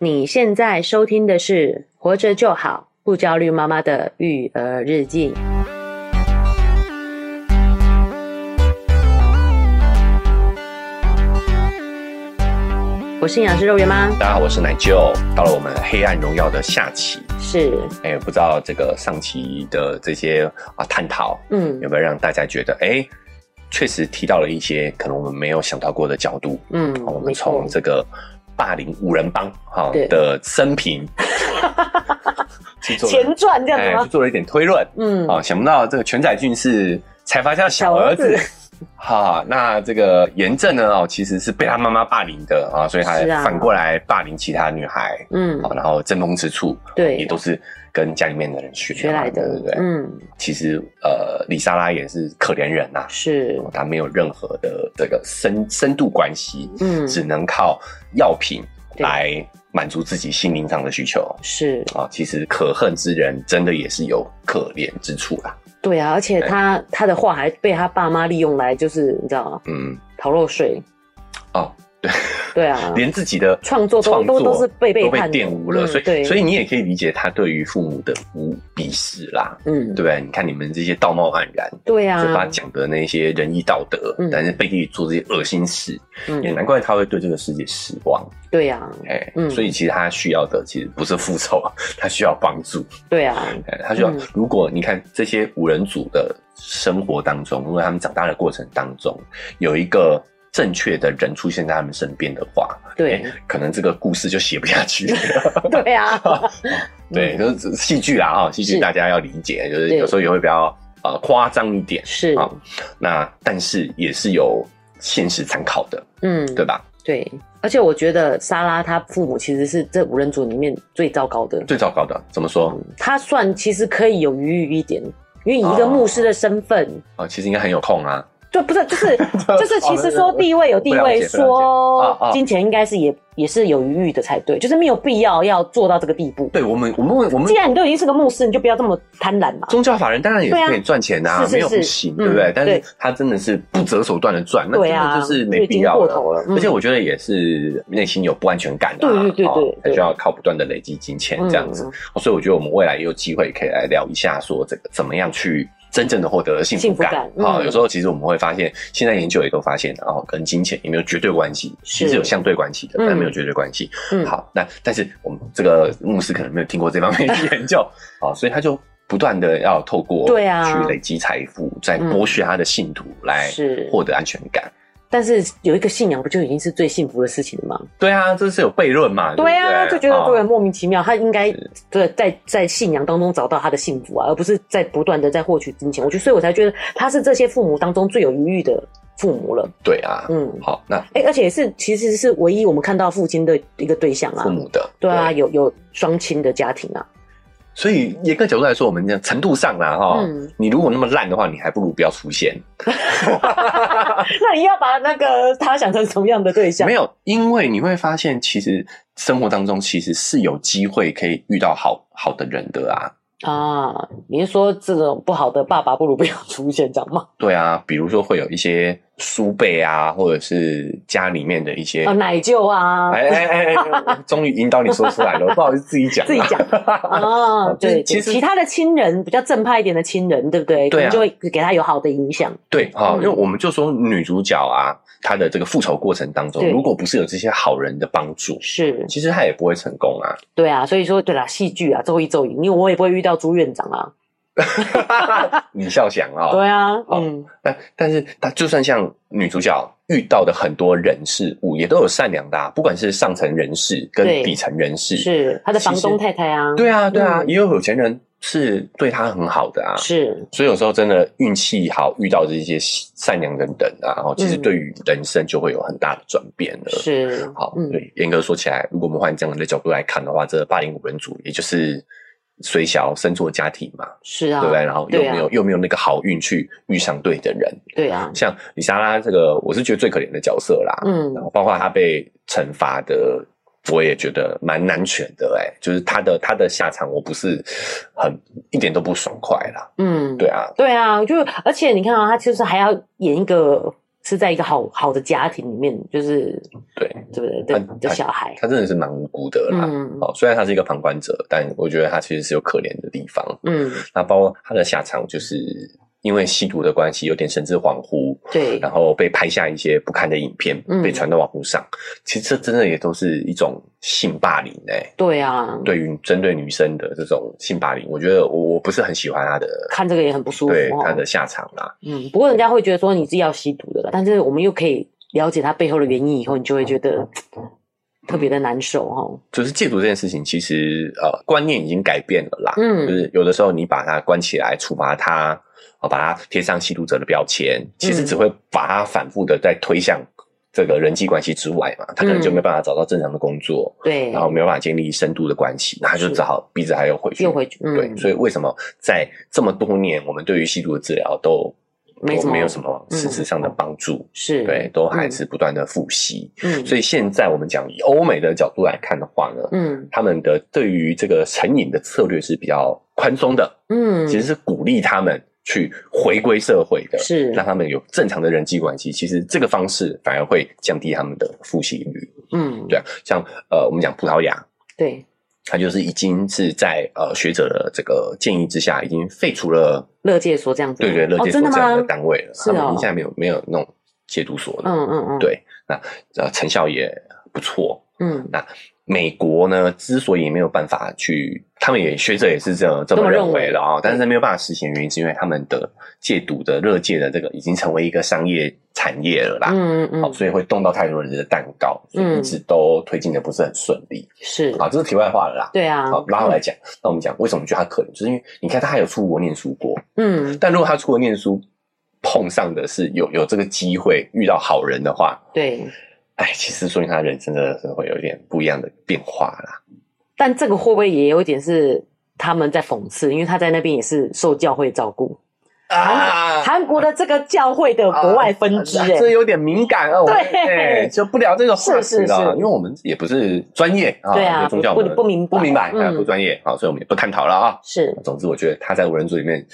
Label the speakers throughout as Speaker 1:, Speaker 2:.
Speaker 1: 你现在收听的是《活着就好，不焦虑妈妈的育儿日记》。我是营养师肉圆妈，
Speaker 2: 大家好，我是奶舅。到了我们黑暗荣耀的下期，
Speaker 1: 是，
Speaker 2: 哎、不知道这个上期的这些啊探讨，
Speaker 1: 嗯
Speaker 2: 有没有让大家觉得，哎、确实提到了一些可能我们没有想到过的角度。
Speaker 1: 嗯
Speaker 2: 好，我，们
Speaker 1: 没错
Speaker 2: 从，这个霸凌五人帮哈
Speaker 1: 对
Speaker 2: 的生平， 去做了
Speaker 1: 前传这样
Speaker 2: 哎
Speaker 1: 子
Speaker 2: 去
Speaker 1: 吗？
Speaker 2: 做了一点推论。
Speaker 1: 嗯，
Speaker 2: 啊，想不到这个全宰俊是财阀家的小儿
Speaker 1: 小
Speaker 2: 子
Speaker 1: 儿。
Speaker 2: 哈、那这个严正呢？哦，其实是被他妈妈霸凌的啊，所以他
Speaker 1: 是啊
Speaker 2: 反过来霸凌其他女孩。
Speaker 1: 嗯，
Speaker 2: 哦，然后争风吃醋，
Speaker 1: 对
Speaker 2: 也都是跟家里面的人学
Speaker 1: 学来
Speaker 2: 的
Speaker 1: 的
Speaker 2: 嘛，对不对？
Speaker 1: 嗯，
Speaker 2: 其实呃，李莎拉也是可怜人呐、
Speaker 1: 是，
Speaker 2: 她没有任何的这个深深度关系，
Speaker 1: 嗯，
Speaker 2: 只能靠药品
Speaker 1: 对
Speaker 2: 来满足自己心灵上的需求。
Speaker 1: 是，
Speaker 2: 啊、其实可恨之人真的也是有可怜之处啦。
Speaker 1: 对啊，而且
Speaker 2: 哎
Speaker 1: 他他的话还被他爸妈利用来，就是你知道吗？
Speaker 2: 嗯，
Speaker 1: 逃漏税，
Speaker 2: 哦，对，
Speaker 1: 对啊，
Speaker 2: 连自己的
Speaker 1: 创作都
Speaker 2: 创
Speaker 1: 都
Speaker 2: 作
Speaker 1: 都是被背
Speaker 2: 都被
Speaker 1: 叛的
Speaker 2: 玷污了，
Speaker 1: 嗯
Speaker 2: 所
Speaker 1: 对
Speaker 2: 以所以你也可以理解他对于父母的无鄙视啦，
Speaker 1: 嗯，
Speaker 2: 对不对？你看你们这些道貌岸然。
Speaker 1: 对
Speaker 2: 嘴巴
Speaker 1: 啊，
Speaker 2: 讲的那些仁义道德，
Speaker 1: 嗯
Speaker 2: 但是背地里做这些恶心事，也
Speaker 1: 嗯，
Speaker 2: 难怪他会对这个世界失望。
Speaker 1: 对啊，
Speaker 2: 哎、
Speaker 1: 嗯
Speaker 2: 所以其实他需要的其实不是复仇， 他需要帮助。
Speaker 1: 对啊，
Speaker 2: 哎，他需要
Speaker 1: 嗯，
Speaker 2: 如果你看这些五人组的生活当中，如果他们长大的过程当中有一个正确的人出现在他们身边的话，
Speaker 1: 对
Speaker 2: 哎可能这个故事就写不下去。
Speaker 1: 对啊，
Speaker 2: 对，就是戏剧啦啊，戏
Speaker 1: 嗯是
Speaker 2: 剧大家要理解，就是
Speaker 1: 对
Speaker 2: 有时候也会比较呃夸张一点。
Speaker 1: 是，
Speaker 2: 啊，那但是也是有现实参考的，
Speaker 1: 嗯，
Speaker 2: 对吧？
Speaker 1: 对，而且我觉得莎拉她父母其实是这五人组里面最糟糕的，
Speaker 2: 最糟糕的怎么说
Speaker 1: 她算其实可以有余裕一点，因为以一个牧师的身份。
Speaker 2: 啊、其实应该很有空啊，
Speaker 1: 就不是，就是 就是，其实说地位有地
Speaker 2: 不了
Speaker 1: 位，
Speaker 2: 解不了解
Speaker 1: 说
Speaker 2: 啊啊
Speaker 1: 金钱应该是也也是有余裕的才对，就是没有必要要做到这个地步。
Speaker 2: 对我们，我们我们
Speaker 1: 既然你都已经是个牧师，你就不要这么贪婪嘛。
Speaker 2: 宗教法人当然也
Speaker 1: 对啊
Speaker 2: 是可以赚钱的、
Speaker 1: 是是
Speaker 2: 没有
Speaker 1: 是
Speaker 2: 不行，
Speaker 1: 嗯
Speaker 2: 对不对？但
Speaker 1: 对
Speaker 2: 是他真的是不择手段的赚，那
Speaker 1: 对
Speaker 2: 真
Speaker 1: 啊
Speaker 2: 的就是
Speaker 1: 就
Speaker 2: 没
Speaker 1: 已经
Speaker 2: 必要
Speaker 1: 过
Speaker 2: 了。
Speaker 1: 头了嗯
Speaker 2: 而且我觉得也是内心有不安全感、啊，
Speaker 1: 对对对
Speaker 2: 哦
Speaker 1: 对
Speaker 2: 才
Speaker 1: 对
Speaker 2: 需要靠不断的累积金钱这样子、
Speaker 1: 嗯
Speaker 2: 哦所以我觉得我们未来也有机会可以来聊一下，说这个怎么样去。真正的获得幸福感
Speaker 1: 幸
Speaker 2: 啊、
Speaker 1: 福感嗯
Speaker 2: 有时候其实我们会发现，现在研究也都发现，然、后跟金钱也没有绝对关系，
Speaker 1: 是
Speaker 2: 其实有相对关系的，
Speaker 1: 嗯
Speaker 2: 但没有绝对关系。
Speaker 1: 嗯
Speaker 2: 好，那但是我们这个牧师可能没有听过这方面 的研究啊、所以他就不断的要透过
Speaker 1: 对啊
Speaker 2: 去累积财富，再
Speaker 1: 嗯
Speaker 2: 剥削他的信徒来
Speaker 1: 是
Speaker 2: 获得安全感。
Speaker 1: 但是有一个信仰不就已经是最幸福的事情了吗？
Speaker 2: 对啊，这是有悖论嘛？
Speaker 1: 对啊，就
Speaker 2: 不
Speaker 1: 觉得对
Speaker 2: 啊
Speaker 1: 莫名其妙，他应该对在在信仰当中找到他的幸福啊，而不是在不断的在获取金钱。我觉得，所以我才觉得他是这些父母当中最有余裕的父母了。
Speaker 2: 对啊。
Speaker 1: 嗯，
Speaker 2: 好，那
Speaker 1: 哎、而且是其实是唯一我们看到父亲的一个对象啊。
Speaker 2: 父母的
Speaker 1: 对啊，，有有双亲的家庭啊，
Speaker 2: 所以严格角度来说，我们讲程度上啦哈
Speaker 1: 嗯，
Speaker 2: 你如果那么烂的话，你还不如不要出现。
Speaker 1: 那你要把那个他想成什么样的对象？
Speaker 2: 没有，因为你会发现，其实生活当中其实是有机会可以遇到好好的人的啊。
Speaker 1: 啊，你是说这种不好的爸爸不如不要出现，这样吗？
Speaker 2: 对啊，比如说会有一些叔辈啊，或者是家里面的一些
Speaker 1: 啊，，奶舅啊，
Speaker 2: 哎哎哎哎，终于引导你说出来 了，不好意思自己讲啊，
Speaker 1: 自己讲啊，
Speaker 2: 就是
Speaker 1: 对，
Speaker 2: 其
Speaker 1: 对
Speaker 2: 实
Speaker 1: 其他的亲人比较正派一点的亲人，对不对？
Speaker 2: 对
Speaker 1: 可能
Speaker 2: 啊
Speaker 1: 就会给他有好的影响。
Speaker 2: 对
Speaker 1: 嗯
Speaker 2: 哈、因为我们就说女主角啊，她的这个复仇过程当中
Speaker 1: 对，
Speaker 2: 如果不是有这些好人的帮助，
Speaker 1: 是，
Speaker 2: 其实她也不会成功啊。
Speaker 1: 对啊，所以说，对啦，戏剧啊，周一周一，因为我也不会遇到朱院长啊，
Speaker 2: 你笑想啊、
Speaker 1: 对啊，
Speaker 2: 好
Speaker 1: 嗯，
Speaker 2: 但但是她就算像女主角遇到的很多人事物，也都有善良的、啊，不管是上层人士跟
Speaker 1: 对
Speaker 2: 底层人士，
Speaker 1: 是他的房东太太啊，
Speaker 2: 对啊对啊，
Speaker 1: 嗯
Speaker 2: 也有有钱人是对她很好的啊，
Speaker 1: 是，
Speaker 2: 所以有时候真的运气好，遇到这些善良的人啊，然后其实
Speaker 1: 嗯
Speaker 2: 对于人生就会有很大的转变了。
Speaker 1: 是，
Speaker 2: 呃好，
Speaker 1: 嗯，
Speaker 2: 对，严格说起来，如果我们换这样的角度来看的话，这八零五人组也就是虽小生错家庭嘛，
Speaker 1: 是啊，
Speaker 2: 对不对？然后又
Speaker 1: 对啊
Speaker 2: 没有、又没有那个好运去遇上对的人，
Speaker 1: 对啊，
Speaker 2: 像李莎拉这个，我是觉得最可怜的角色啦。
Speaker 1: 嗯
Speaker 2: 然后包括她被惩罚的，我也觉得蛮难选的、哎，就是她的她的下场，我不是很一点都不爽快啦。
Speaker 1: 嗯，
Speaker 2: 对啊，
Speaker 1: 对啊，就而且你看啊，他就是还要演一个是在一个好好的家庭里面，就是
Speaker 2: 对，
Speaker 1: 对不对？对的
Speaker 2: 他
Speaker 1: 小孩，
Speaker 2: 他真的是蛮无辜的啦。
Speaker 1: 嗯
Speaker 2: 哦，虽然他是一个旁观者，但我觉得他其实是有可怜的地方。
Speaker 1: 嗯，
Speaker 2: 那包括他的下场，就是因为吸毒的关系，有点神志恍惚，
Speaker 1: 对，
Speaker 2: 然后被拍下一些不堪的影片，
Speaker 1: 嗯
Speaker 2: 被传到网络上。其实这真的也都是一种性霸凌哎、
Speaker 1: 对啊，
Speaker 2: 对于针对女生的这种性霸凌，我觉得我我不是很喜欢他的，
Speaker 1: 看这个也很不舒服
Speaker 2: 对
Speaker 1: 哦
Speaker 2: 他的下场啦。
Speaker 1: 嗯，不过人家会觉得说你是要吸毒的了，但是我们又可以了解他背后的原因以后，你就会觉得嘖特别的难受哦。
Speaker 2: 就是戒毒这件事情，其实呃观念已经改变了啦。就
Speaker 1: 嗯，
Speaker 2: 是有的时候你把它关起来，处罚它，哦，把它贴上吸毒者的标签，其实
Speaker 1: 嗯
Speaker 2: 只会把它反复的再推向这个人际关系之外嘛。他可能就
Speaker 1: 嗯
Speaker 2: 没办法找到正常的工作，
Speaker 1: 对
Speaker 2: 然，后没有办法建立深度的关系，那他就是只好逼着他又回去。
Speaker 1: 又回去，
Speaker 2: 对，
Speaker 1: 嗯，
Speaker 2: 所以为什么在这么多年，我们对于吸毒的治疗都
Speaker 1: 没什
Speaker 2: 都
Speaker 1: 么嗯
Speaker 2: 没有什么实质上的帮助？
Speaker 1: 是，
Speaker 2: 对，都还是不断的复吸。
Speaker 1: 嗯，
Speaker 2: 所以现在我们讲以欧美的角度来看的话呢，
Speaker 1: 嗯
Speaker 2: 他们的对于这个成瘾的策略是比较宽松的，
Speaker 1: 嗯，
Speaker 2: 其实是鼓励他们去回归社会的，
Speaker 1: 是
Speaker 2: 让他们有正常的人际关系。其实这个方式反而会降低他们的复吸率。
Speaker 1: 嗯，
Speaker 2: 对啊，像呃，我们讲葡萄牙，
Speaker 1: 对，
Speaker 2: 它就是已经是在呃学者的这个建议之下，已经废除了
Speaker 1: 乐界所这样子吗，
Speaker 2: 对对乐
Speaker 1: 哦
Speaker 2: 界所
Speaker 1: 真的
Speaker 2: 这样的
Speaker 1: 吗？
Speaker 2: 单位了，
Speaker 1: 是
Speaker 2: 他们
Speaker 1: 哦
Speaker 2: 现在没有没有那种戒毒所了。
Speaker 1: 嗯嗯嗯，，
Speaker 2: 对，那呃成效也不错。
Speaker 1: 嗯，
Speaker 2: 美国呢，之所以没有办法去，他们也学者也是这么这么认为的啊、但是他没有办法实行，原因是因为他们的戒毒的乐界的这个已经成为一个商业产业了啦，
Speaker 1: 嗯嗯
Speaker 2: 好、
Speaker 1: 嗯，
Speaker 2: 所以会动到太多人的蛋糕，所以一直都推进的不是很顺利。
Speaker 1: 是，
Speaker 2: 好，这是题外话了啦。
Speaker 1: 对啊，
Speaker 2: 嗯好，拉回来讲，那我们讲为什么觉得他可怜，就是因为你看他还有出国念书过，
Speaker 1: 嗯，
Speaker 2: 但如果他出国念书碰上的是有有这个机会遇到好人的话，
Speaker 1: 对，
Speaker 2: 哎，其实说明他人生真的是会有一点不一样的变化啦。
Speaker 1: 但这个会不会也有一点是他们在讽刺？因为他在那边也是受教会照顾，
Speaker 2: 啊，
Speaker 1: 韩国的这个教会的国外分支，哎
Speaker 2: 啊，这有点敏感啊，我们
Speaker 1: 对
Speaker 2: 哎就不聊这个话题
Speaker 1: 是是
Speaker 2: 了
Speaker 1: 是，
Speaker 2: 因为我们也不是专业啊，
Speaker 1: 对啊
Speaker 2: 宗教
Speaker 1: 不
Speaker 2: 我们
Speaker 1: 不明白
Speaker 2: 不明白，哎
Speaker 1: 嗯
Speaker 2: 不专业啊，所以我们也不探讨了啊。
Speaker 1: 是，
Speaker 2: 总之，我觉得他在五人组里面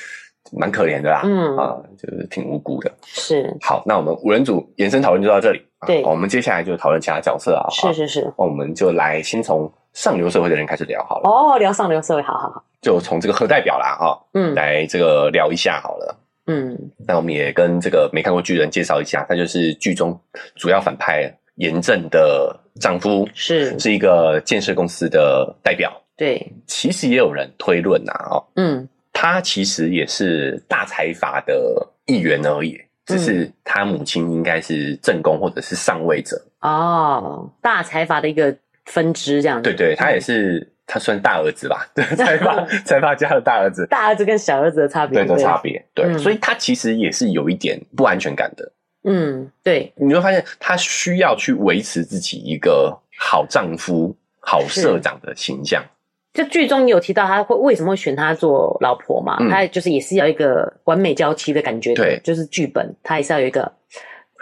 Speaker 2: 蛮可怜的啦，
Speaker 1: 嗯
Speaker 2: 啊，就是挺无辜的。
Speaker 1: 是
Speaker 2: 好，那我们五人组延伸讨论就到这里，啊
Speaker 1: 对
Speaker 2: 好我们接下来就讨论其他角色啊，
Speaker 1: 是
Speaker 2: 啊，
Speaker 1: 是是，
Speaker 2: 我们就来先从上流社会的人开始聊好了，
Speaker 1: 哦，聊上流社会，好好好，
Speaker 2: 就从这个核代表啦啊，
Speaker 1: 嗯
Speaker 2: 来这个聊一下好了。
Speaker 1: 嗯，
Speaker 2: 那我们也跟这个没看过巨人介绍一下，他就是剧中主要反派严正的丈夫，
Speaker 1: 是，
Speaker 2: 是一个建设公司的代表。
Speaker 1: 对，
Speaker 2: 其实也有人推论呐、哦，
Speaker 1: 嗯
Speaker 2: 他其实也是大财阀的一员而已，只是
Speaker 1: 嗯
Speaker 2: 他母亲应该是正宫或者是上位者。
Speaker 1: 哦，大财阀的一个分支这样子，
Speaker 2: 对对，他也是，他算大儿子吧？对，财 阀财阀家的大儿子。
Speaker 1: 大儿子跟小儿子的差别，
Speaker 2: 对的
Speaker 1: 不
Speaker 2: 差，别，对，
Speaker 1: 嗯
Speaker 2: 所以他其实也是有一点不安全感的。
Speaker 1: 嗯，对，
Speaker 2: 你会发现他需要去维持自己一个好丈夫、好社长的形象。
Speaker 1: 就剧中有提到他会为什么会选他做老婆嘛，
Speaker 2: 嗯
Speaker 1: 他就是也是要一个完美娇妻的感觉，
Speaker 2: 对
Speaker 1: 就是剧本，他也是要有一个。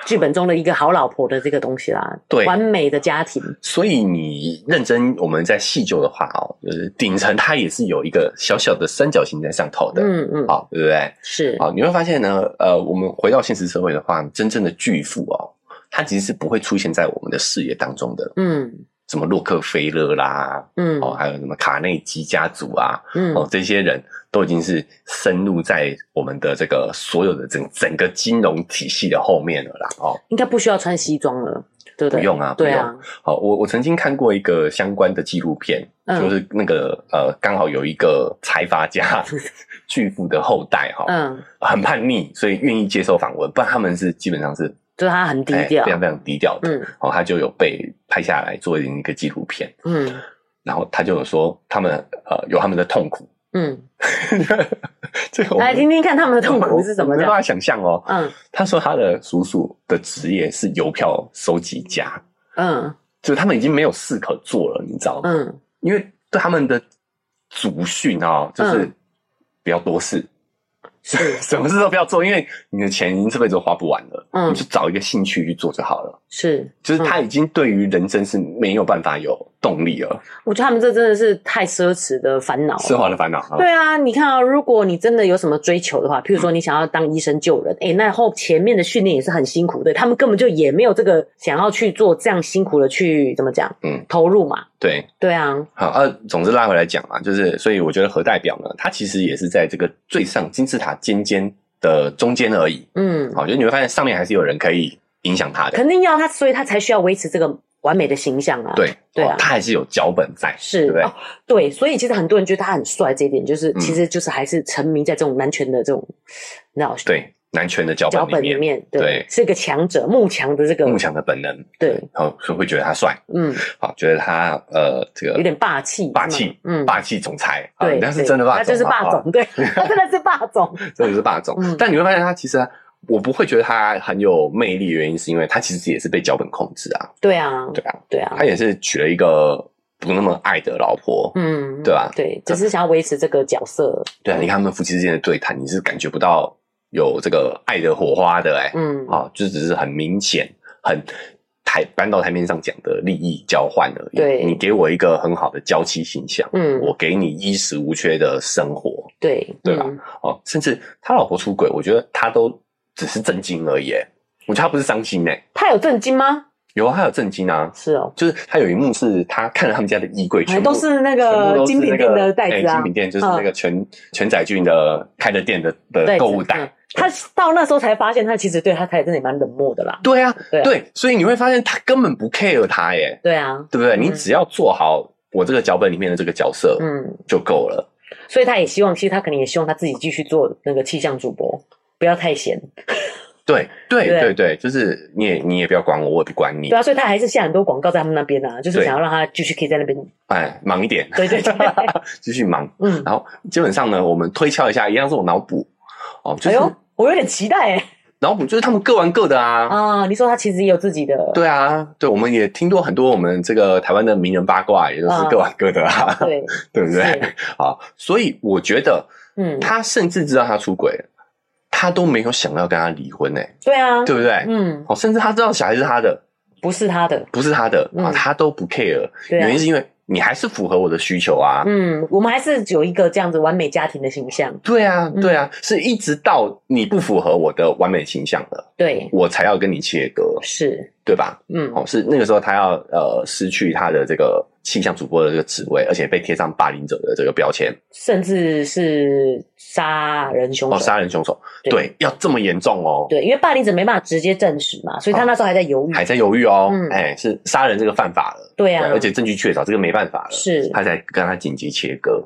Speaker 1: 剧本中的一个好老婆的这个东西啦，
Speaker 2: 对
Speaker 1: 完美的家庭，
Speaker 2: 所以你认真，我们在细究的话哦，就是顶层它也是有一个小小的三角形在上头的，
Speaker 1: 嗯嗯，
Speaker 2: 好、对不对？
Speaker 1: 是，
Speaker 2: 好，你会发现呢，呃，我们回到现实社会的话，真正的巨富哦，它其实是不会出现在我们的视野当中的，
Speaker 1: 嗯
Speaker 2: 什么洛克菲勒啦，
Speaker 1: 嗯
Speaker 2: 哦，还有什么卡内基家族啊，哦
Speaker 1: 嗯，，
Speaker 2: 这些人都已经是深入在我们的这个所有的整整个金融体系的后面了啦。哦，
Speaker 1: 应该不需要穿西装了，对不
Speaker 2: 不
Speaker 1: 对？
Speaker 2: 用啊，不
Speaker 1: 对
Speaker 2: 用。
Speaker 1: 啊，
Speaker 2: 好，我我曾经看过一个相关的纪录片，
Speaker 1: 嗯
Speaker 2: 就是那个呃，刚好有一个财 阀家巨富的后代哈、
Speaker 1: 嗯，
Speaker 2: 很叛逆，所以愿意接受访问，不然他们是基本上是
Speaker 1: 就是他很低
Speaker 2: 哎
Speaker 1: 调
Speaker 2: 非，常非常低调的。
Speaker 1: 嗯
Speaker 2: 哦，他就有被拍下来做一个纪录片，
Speaker 1: 嗯
Speaker 2: 然后他就有说他们呃有他们的痛苦。
Speaker 1: 嗯，
Speaker 2: 这个我
Speaker 1: 来
Speaker 2: 们
Speaker 1: 听听看他们的痛苦是什么
Speaker 2: 我没
Speaker 1: 的
Speaker 2: 办，法想象哦。
Speaker 1: 嗯
Speaker 2: 他说他的叔叔的职业是邮票收集家，
Speaker 1: 嗯
Speaker 2: 就是他们已经没有事可做了，你知道吗？
Speaker 1: 嗯，
Speaker 2: 因为对他们的祖训哦，就是
Speaker 1: 嗯
Speaker 2: 不要多事，
Speaker 1: 是
Speaker 2: 什么事都不要做，因为你的钱已经这辈子都花不完了，
Speaker 1: 嗯
Speaker 2: 你就找一个兴趣去做就好了。
Speaker 1: 是，
Speaker 2: 就是他已经对于人生是没有办法有动力了，
Speaker 1: 我觉得他们这真的是太奢侈的烦恼了。
Speaker 2: 奢华的烦恼。
Speaker 1: 对啊，你看啊，如果你真的有什么追求的话，譬如说你想要当医生救人，哎、那后前面的训练也是很辛苦的，他们根本就也没有这个想要去做这样辛苦的去怎么讲，
Speaker 2: 嗯，
Speaker 1: 投入嘛，
Speaker 2: 对，
Speaker 1: 对啊，
Speaker 2: 好，呃、总之拉回来讲嘛，就是所以我觉得核代表呢，它其实也是在这个最上金字塔尖尖的中间而已。
Speaker 1: 嗯，
Speaker 2: 好，就是你会发现上面还是有人可以影响他的，
Speaker 1: 肯定要他，所以他才需要维持这个完美的形象啊。
Speaker 2: 对，
Speaker 1: 对啊
Speaker 2: 哦他还是有脚本在，
Speaker 1: 是，
Speaker 2: 对不对
Speaker 1: 哦，对，所以其实很多人觉得他很帅，这一点就是、
Speaker 2: 嗯
Speaker 1: 其实就是还是沉迷在这种男权的这种，你知道
Speaker 2: 对，男权的脚
Speaker 1: 脚
Speaker 2: 本
Speaker 1: 本里
Speaker 2: 里面，
Speaker 1: 面，对，
Speaker 2: 对
Speaker 1: 是个强者，慕强的这个
Speaker 2: 慕，强的本能，
Speaker 1: 对，
Speaker 2: 然后所以会觉得他帅，
Speaker 1: 嗯，
Speaker 2: 好，觉得他呃这个
Speaker 1: 有点霸气，
Speaker 2: 霸
Speaker 1: 是吗
Speaker 2: 气，
Speaker 1: 嗯，
Speaker 2: 霸气总裁，啊
Speaker 1: 对，
Speaker 2: 那是
Speaker 1: 对
Speaker 2: 真的霸
Speaker 1: 他
Speaker 2: 总，
Speaker 1: 就
Speaker 2: 啊
Speaker 1: 是
Speaker 2: 好不
Speaker 1: 霸
Speaker 2: 好
Speaker 1: 总，对，他真的是霸总，
Speaker 2: 真的是霸总。
Speaker 1: 嗯
Speaker 2: 但你会发现他其实啊、我不会觉得他很有魅力，原因是因为他其实也是被脚本控制啊，
Speaker 1: 对啊，
Speaker 2: 对啊，
Speaker 1: 对啊
Speaker 2: 他，也是娶了一个不那么爱的老婆，
Speaker 1: 嗯，
Speaker 2: 对吧
Speaker 1: 对，只是想要维持这个角 色，
Speaker 2: 对啊，你看他们夫妻之间的对谈，你是感觉不到有这个爱的火花的、欸，哎、
Speaker 1: 嗯，
Speaker 2: 啊，就只是很明显，很台搬到台面上讲的利益交换而已。
Speaker 1: 对
Speaker 2: 你给我一个很好的娇妻形象，
Speaker 1: 嗯，
Speaker 2: 我给你衣食无缺的生活，
Speaker 1: 对，
Speaker 2: 对吧
Speaker 1: 嗯
Speaker 2: 哦，甚至他老婆出轨，我觉得他都只是震惊而已、欸。我觉得他不是伤心哎、
Speaker 1: 他有震惊吗？
Speaker 2: 有啊，他有震惊啊，
Speaker 1: 是哦，
Speaker 2: 就是他有一幕是他看了他们家的衣柜，全部
Speaker 1: 哎都是那
Speaker 2: 全部
Speaker 1: 个
Speaker 2: 都是
Speaker 1: 呃精
Speaker 2: 那
Speaker 1: 品
Speaker 2: 个
Speaker 1: 店的袋子
Speaker 2: 哎
Speaker 1: 啊
Speaker 2: 精，品店就是那个全、全载俊的开的店的的
Speaker 1: 对
Speaker 2: 购物
Speaker 1: 嗯
Speaker 2: 袋。
Speaker 1: 他到那时候才发现，他其实对他太真的也蛮冷漠的啦。
Speaker 2: 对啊，
Speaker 1: 对啊
Speaker 2: 对，所以你会发现他根本不 care 他耶，
Speaker 1: 对啊，
Speaker 2: 对不对？
Speaker 1: 嗯
Speaker 2: 你只要做好我这个脚本里面的这个角色
Speaker 1: 嗯，
Speaker 2: 就够了。
Speaker 1: 所以他也希望，其实他可能也希望他自己继续做那个气象主播，不要太闲。
Speaker 2: 对对
Speaker 1: 对
Speaker 2: 对对，就是你也你也不要管我，我也不管你
Speaker 1: 对，啊，所以他还是下很多广告在他们那边啊，就是
Speaker 2: 对
Speaker 1: 想要让他继续可以在那边。
Speaker 2: 哎，忙一点，
Speaker 1: 对对对，
Speaker 2: 继续忙。
Speaker 1: 嗯，
Speaker 2: 然后基本上呢，我们推敲一下，一样是我脑补哦，就
Speaker 1: 哎
Speaker 2: 是
Speaker 1: 呦，我有点期待哎
Speaker 2: 脑补，就是他们各玩各的啊。
Speaker 1: 啊！你说他其实也有自己的，
Speaker 2: 对啊，对，我们也听多很多我们这个台湾的名人八卦，也都是各玩各的啊，
Speaker 1: 对，
Speaker 2: 对不对
Speaker 1: 嗯是？
Speaker 2: 好，所以我觉得
Speaker 1: 嗯，
Speaker 2: 他甚至知道他出轨了，他都没有想要跟他离婚呢、
Speaker 1: 对啊，
Speaker 2: 对不对？
Speaker 1: 嗯，
Speaker 2: 哦，甚至他知道小孩是他的，
Speaker 1: 不是他的，
Speaker 2: 不是他的啊，
Speaker 1: 嗯
Speaker 2: 他都不 care，、
Speaker 1: 对啊
Speaker 2: 原因是因为你还是符合我的需求啊。
Speaker 1: 嗯，我们还是有一个这样子完美家庭的形象，
Speaker 2: 对啊，
Speaker 1: 嗯
Speaker 2: 对啊，是一直到你不符合我的完美形象了。
Speaker 1: 对，
Speaker 2: 我才要跟你切割，
Speaker 1: 是，
Speaker 2: 对吧？
Speaker 1: 嗯，
Speaker 2: 哦，是那个时候他要呃失去他的这个气象主播的这个职位，而且被贴上霸凌者的这个标签，
Speaker 1: 甚至是杀人凶
Speaker 2: 哦，
Speaker 1: 手。
Speaker 2: 杀人凶手，
Speaker 1: 对
Speaker 2: 对，要这么严重哦，
Speaker 1: 对，因为霸凌者没办法直接证实嘛，所以他那时候还在犹豫。
Speaker 2: 还在犹豫哦，
Speaker 1: 嗯
Speaker 2: 哎，是杀人这个犯法了，
Speaker 1: 对啊，
Speaker 2: 而且证据确凿，这个没办法了，
Speaker 1: 是，
Speaker 2: 他才跟他紧急切割，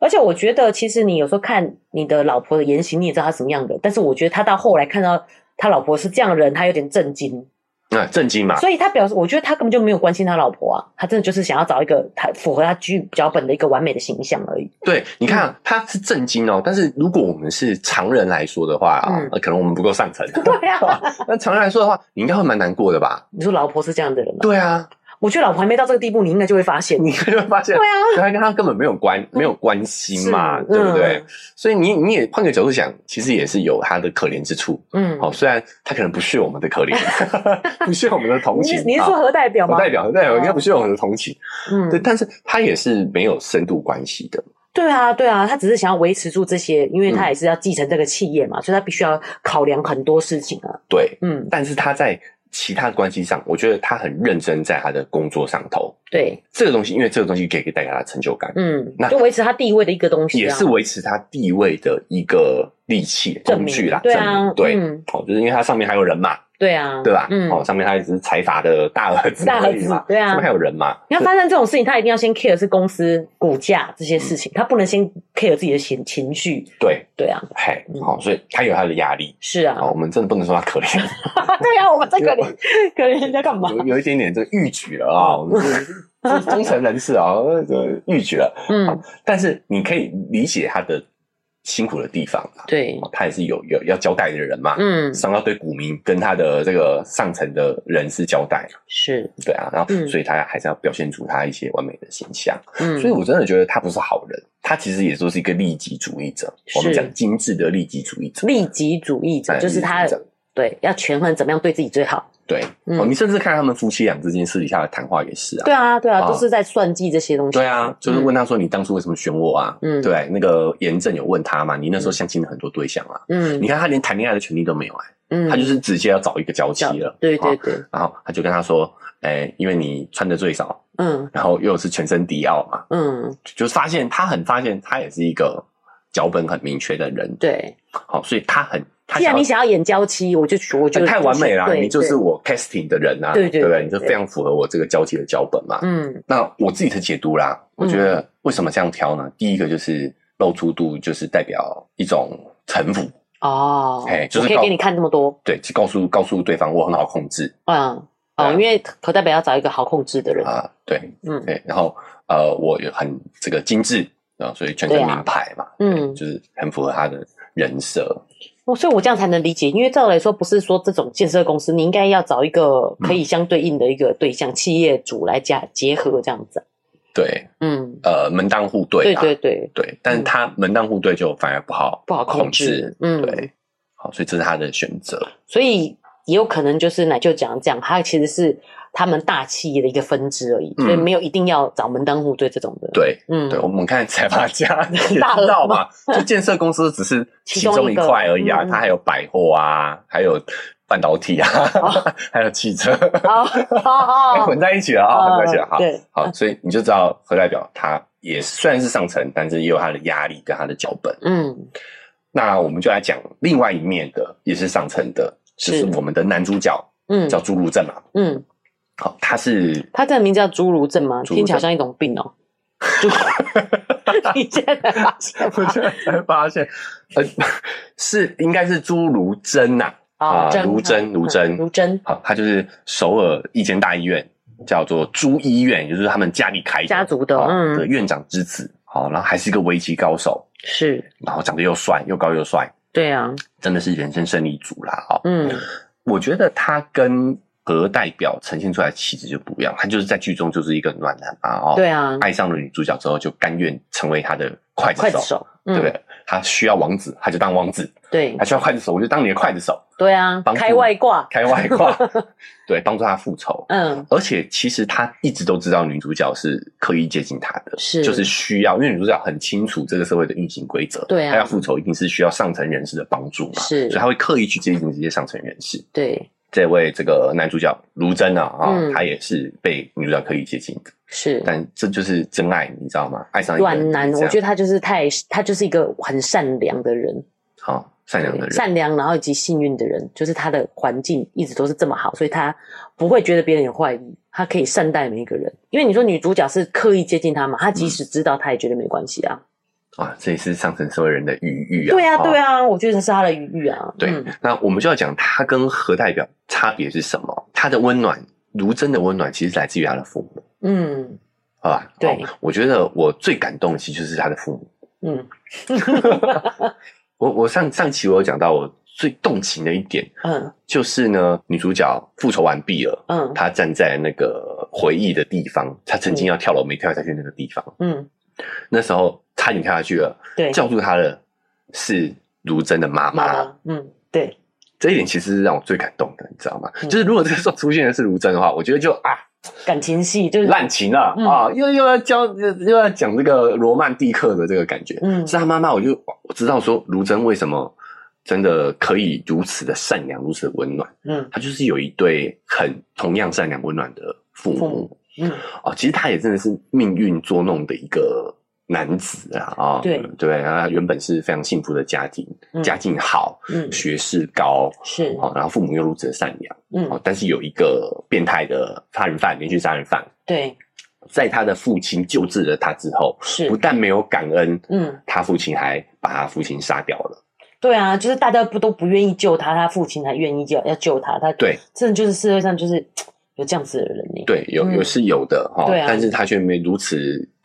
Speaker 1: 而且我觉得其实你有时候看你的老婆的言行，你也知道她什么样的，但是我觉得他到后来看到他老婆是这样的人，他有点震惊，
Speaker 2: 那、震惊嘛，
Speaker 1: 所以他表示，我觉得他根本就没有关心他老婆啊，他真的就是想要找一个他符合他剧脚本的一个完美的形象 而已。
Speaker 2: 对，你看、啊
Speaker 1: 嗯
Speaker 2: 他是震惊哦，但是如果我们是常人来说的话啊、
Speaker 1: 嗯
Speaker 2: 呃可能我们不够上层，
Speaker 1: 对啊，
Speaker 2: 那常人来说的话，你应该会蛮难过的吧？
Speaker 1: 你说老婆是这样的人吗？
Speaker 2: 对啊，
Speaker 1: 我觉得老婆还没到这个地步，你应该就会发 现。
Speaker 2: 你就会发现
Speaker 1: 对，啊，
Speaker 2: 他跟他根本没有关没有关系嘛，
Speaker 1: 是
Speaker 2: 对不对？
Speaker 1: 嗯
Speaker 2: 所以你你也换个角度想，其实也是有他的可怜之处。
Speaker 1: 嗯，
Speaker 2: 哦，虽然他可能不屑我们的 可怜，不屑我们的同
Speaker 1: 你
Speaker 2: 情
Speaker 1: 是，你是
Speaker 2: 啊
Speaker 1: 说何代表吗？
Speaker 2: 我代表我代表
Speaker 1: 哦
Speaker 2: 应该不屑我们的同情，
Speaker 1: 嗯，
Speaker 2: 对，但是他也是没有深度关系的，
Speaker 1: 对啊，对啊，他只是想要维持住这些，因为他
Speaker 2: 嗯
Speaker 1: 也是要继承这个企业嘛，所以他必须要考量很多事情啊。
Speaker 2: 对。
Speaker 1: 嗯，
Speaker 2: 但是他在其他关系上，我觉得他很认真在他的工作上头，
Speaker 1: 对，
Speaker 2: 这个东西，因为这个东西可以给带给他的成就感，
Speaker 1: 嗯
Speaker 2: 那，
Speaker 1: 就维持他地位的一个东西、啊，
Speaker 2: 也是维持他地位的一个利器
Speaker 1: 证
Speaker 2: 工
Speaker 1: 明
Speaker 2: 具啦，
Speaker 1: 对
Speaker 2: 证
Speaker 1: 啊
Speaker 2: 明，对。
Speaker 1: 嗯，
Speaker 2: 哦，就是因为他上面还有人嘛，
Speaker 1: 对啊，
Speaker 2: 对吧？
Speaker 1: 嗯，
Speaker 2: 哦，上面他也只是财阀的大儿子
Speaker 1: 大
Speaker 2: 而
Speaker 1: 儿
Speaker 2: 已
Speaker 1: 子
Speaker 2: 嘛，
Speaker 1: 对啊
Speaker 2: 上面还有人嘛，
Speaker 1: 你要发生这种事情，他一定要先 care 是公司股价这些事情，他不能先 care 自己的情情绪，
Speaker 2: 对，
Speaker 1: 对啊，
Speaker 2: 嘿，
Speaker 1: 嗯
Speaker 2: 好、哦，所以他有他的压力。
Speaker 1: 是啊，
Speaker 2: 哦，我们真的不能说他可怜，
Speaker 1: 对啊，我们这个人可怜人家干嘛？
Speaker 2: 有有一点点这个逾矩了啊、我们 是这是中层人士啊、哦，这个逾矩了。
Speaker 1: 嗯，
Speaker 2: 但是你可以理解他的辛苦的地方啊，
Speaker 1: 对，
Speaker 2: 哦他也是有有要交代的人嘛，
Speaker 1: 嗯，
Speaker 2: 上要对股民跟他的这个上层的人士交代，
Speaker 1: 是，
Speaker 2: 对啊，然后
Speaker 1: 嗯
Speaker 2: 所以他还是要表现出他一些完美的形象。
Speaker 1: 嗯，
Speaker 2: 所以我真的觉得他不是好人，他其实也就是一个利己主义者。
Speaker 1: 是
Speaker 2: 我们讲精致的利己主义者，
Speaker 1: 利己主义者
Speaker 2: 哎
Speaker 1: 就是他
Speaker 2: 利己主义者
Speaker 1: 对，要权衡怎么样对自己最好。
Speaker 2: 对，
Speaker 1: 嗯
Speaker 2: 哦，你甚至看他们夫妻俩之间私底下的谈话也是啊。
Speaker 1: 对啊，对啊，
Speaker 2: 啊
Speaker 1: 都是在算计这些东西。
Speaker 2: 对啊，就是问他说你当初为什么选我啊？
Speaker 1: 嗯
Speaker 2: 对，那个严正有问他嘛，你那时候相亲了很多对象啊，
Speaker 1: 嗯
Speaker 2: 你看他连谈恋爱的权利都没有哎、
Speaker 1: 嗯，
Speaker 2: 他就是直接要找一个娇妻了。
Speaker 1: 对对
Speaker 2: 啊
Speaker 1: 对，
Speaker 2: 然后他就跟他说，哎、因为你穿的最少，
Speaker 1: 嗯
Speaker 2: 然后又是全身迪奥嘛，
Speaker 1: 嗯，
Speaker 2: 就是发现他很发现他也是一个脚本很明确的人，
Speaker 1: 对。
Speaker 2: 好、所以他很他
Speaker 1: 既然
Speaker 2: 想
Speaker 1: 你
Speaker 2: 要。
Speaker 1: 想要演娇妻，我就我就
Speaker 2: 呃太完美了，
Speaker 1: 对
Speaker 2: 你就
Speaker 1: 对
Speaker 2: 是我 casting 的人啊，
Speaker 1: 对对
Speaker 2: 不
Speaker 1: 对
Speaker 2: 对？你就非常符合我这个交际的脚本嘛。
Speaker 1: 嗯
Speaker 2: 那我自己的解读啦，我觉得为什么这样挑呢？第一个就是露出度，就是代表一种臣服，
Speaker 1: 哦，
Speaker 2: 哎就是
Speaker 1: 我可以
Speaker 2: 告
Speaker 1: 给你看这么多，
Speaker 2: 对，去告诉告诉对方我很好控制
Speaker 1: 嗯
Speaker 2: 对
Speaker 1: 哦，
Speaker 2: 啊
Speaker 1: 因为可代表要找一个好控制的人，
Speaker 2: 啊、对
Speaker 1: 嗯
Speaker 2: 对，然后呃，我也很这个精致啊、所以全身
Speaker 1: 对啊
Speaker 2: 名牌嘛，
Speaker 1: 嗯，
Speaker 2: 就是很符合他的人设，
Speaker 1: 哦所以我这样才能理解，因为照来说，不是说这种建设公司，你应该要找一个
Speaker 2: 嗯
Speaker 1: 可以相对应的一个对象，企业主来加结合这样子。啊
Speaker 2: 对，
Speaker 1: 嗯，
Speaker 2: 呃，门当户对
Speaker 1: 对
Speaker 2: 啦，
Speaker 1: 对对，
Speaker 2: 对但是他门当户对就反而不好
Speaker 1: 不好控
Speaker 2: 控
Speaker 1: 制。嗯，
Speaker 2: 对，好，所以这是他的选择。
Speaker 1: 所以也有可能就是奶就讲这样，它其实是他们大企业的一个分支而已，
Speaker 2: 嗯
Speaker 1: 所以没有一定要找门当户对这种的。，
Speaker 2: 对，
Speaker 1: 嗯，
Speaker 2: 对，我们看财阀 家也知
Speaker 1: 大额
Speaker 2: 道嘛，就建设公司只是
Speaker 1: 其
Speaker 2: 其
Speaker 1: 中
Speaker 2: 中
Speaker 1: 一
Speaker 2: 一
Speaker 1: 个
Speaker 2: 块而已啊，
Speaker 1: 嗯嗯
Speaker 2: 它还有百货啊，还有半导体啊， 还有汽车，
Speaker 1: 哦，哦哦
Speaker 2: 混在一起了啊，混在一起了。好，
Speaker 1: 对，嗯
Speaker 2: 好，所以你就知道何代表他也是虽然是上层，但是也有他的压力跟他的脚本。
Speaker 1: 嗯，
Speaker 2: 那我们就来讲另外一面的，也是上层的，就是
Speaker 1: 是
Speaker 2: 我们的男主角
Speaker 1: 嗯
Speaker 2: 叫朱如正嘛。
Speaker 1: 嗯，
Speaker 2: 好，他是
Speaker 1: 他这个名字叫侏儒症吗？
Speaker 2: 侏儒症
Speaker 1: 听起来好像一种病 哦。侏儒，你现在才发现
Speaker 2: 我
Speaker 1: 吗？
Speaker 2: 现在才 发现，呃，是应该是朱如真呐、啊
Speaker 1: 真
Speaker 2: 卢真卢真
Speaker 1: 卢真
Speaker 2: 好，他就是首尔一间大医院，叫做朱医院，也就是他们家里开的
Speaker 1: 家族的
Speaker 2: 好
Speaker 1: 嗯
Speaker 2: 的院长之子。好，然后还是一个围棋高手，
Speaker 1: 是，
Speaker 2: 然后长得又帅又高又帅，
Speaker 1: 对啊，
Speaker 2: 真的是人生胜利组啦！哦，
Speaker 1: 嗯
Speaker 2: 我觉得他跟何代表呈现出来的气质就不一样，他就是在剧中就是一个暖男嘛，哦，
Speaker 1: 对，啊，
Speaker 2: 爱上了女主角之后就甘愿成为他的刽
Speaker 1: 刽子
Speaker 2: 子手，
Speaker 1: 手，
Speaker 2: 对
Speaker 1: 嗯
Speaker 2: 不对？他需要王子，他就当王子；
Speaker 1: 对
Speaker 2: 他需要刽子手，我就当你的刽子手，
Speaker 1: 对啊，
Speaker 2: 帮助
Speaker 1: 开外挂，
Speaker 2: 开外 挂，对，帮助他复仇。
Speaker 1: 嗯
Speaker 2: 而且其实他一直都知道女主角是刻意接近他的，
Speaker 1: 是
Speaker 2: 就是需要，因为女主角很清楚这个社会的运行规则，
Speaker 1: 对啊
Speaker 2: 她要复仇一定是需要上层人士的帮助嘛，
Speaker 1: 是
Speaker 2: 所以她会刻意去接近这些上层人士。
Speaker 1: 对
Speaker 2: 这位这个男主角卢真啊啊，
Speaker 1: 嗯
Speaker 2: 他也是被女主角刻意接近的，
Speaker 1: 是。
Speaker 2: 但这就是真爱，你知道吗？爱上一个
Speaker 1: 暖男，我觉得
Speaker 2: 得
Speaker 1: 他就是太，他就是一个很善良的人，
Speaker 2: 好、善良的
Speaker 1: 对
Speaker 2: 人，
Speaker 1: 善良，然后以及幸运的人，就是他的环境一直都是这么好，所以他不会觉得别人有坏意，他可以善待每一个人。因为你说女主角是刻意接近他
Speaker 2: 嗯
Speaker 1: 嘛，他即使知道，他也觉得没关系啊。
Speaker 2: 啊，这也是上层社会人的余欲啊，
Speaker 1: 对啊，
Speaker 2: 哦
Speaker 1: 对啊，我觉得这是他的余欲啊。
Speaker 2: 对，
Speaker 1: 嗯
Speaker 2: 那我们就要讲他跟何代表差别是什么？他的温暖，如真的温暖，其实来自于他的父母，
Speaker 1: 嗯
Speaker 2: 好吧？
Speaker 1: 对
Speaker 2: 哦我觉得我最感动的其实就是他的父母。
Speaker 1: 嗯
Speaker 2: 我我上上期我有讲到，我最动情的一点
Speaker 1: 嗯
Speaker 2: 就是呢，女主角复仇完毕了，
Speaker 1: 嗯
Speaker 2: 她站在那个回忆的地方，她曾经要跳楼没跳下去那个地方，
Speaker 1: 嗯，
Speaker 2: 那时候差点跳下去了，
Speaker 1: 对，
Speaker 2: 叫住她的是如真的妈
Speaker 1: 妈
Speaker 2: 妈。
Speaker 1: 妈，嗯，对，
Speaker 2: 这一点其实是让我最感动的，你知道吗？
Speaker 1: 嗯
Speaker 2: 就是如果这个时候出现的是卢真的话，我觉得就啊
Speaker 1: 感情戏就是
Speaker 2: 滥情了、
Speaker 1: 嗯
Speaker 2: 啊，又又要教又又要讲这个罗曼蒂克的这个感觉。
Speaker 1: 嗯
Speaker 2: 是他妈妈，我就我知道说卢真为什么真的可以如此的善良，如此的温暖，
Speaker 1: 嗯
Speaker 2: 她就是有一对很同样善良温暖的父
Speaker 1: 父
Speaker 2: 母
Speaker 1: 母嗯
Speaker 2: 哦。其实他也真的是命运捉弄的一个。男子啊，啊，
Speaker 1: 对
Speaker 2: 对，他原本是非常幸福的家庭，
Speaker 1: 嗯
Speaker 2: 家境好，
Speaker 1: 嗯
Speaker 2: 学识高，
Speaker 1: 是
Speaker 2: 哦，然后父母又如此的善良，哦
Speaker 1: 嗯，
Speaker 2: 但是有一个变态的杀人犯，连续杀人犯，
Speaker 1: 对
Speaker 2: 在他的父亲救治了他之后，
Speaker 1: 是
Speaker 2: 不但没有感恩，
Speaker 1: 嗯
Speaker 2: 他父亲还把他父亲杀掉了。
Speaker 1: 对啊，就是大家不都不愿意救他，他父亲才愿意救要救他，他
Speaker 2: 对
Speaker 1: 真的就是社会上就是有这样子的人呢。
Speaker 2: 对，有有
Speaker 1: 嗯
Speaker 2: 是有的哈、哦
Speaker 1: 对啊
Speaker 2: 但是他却没如此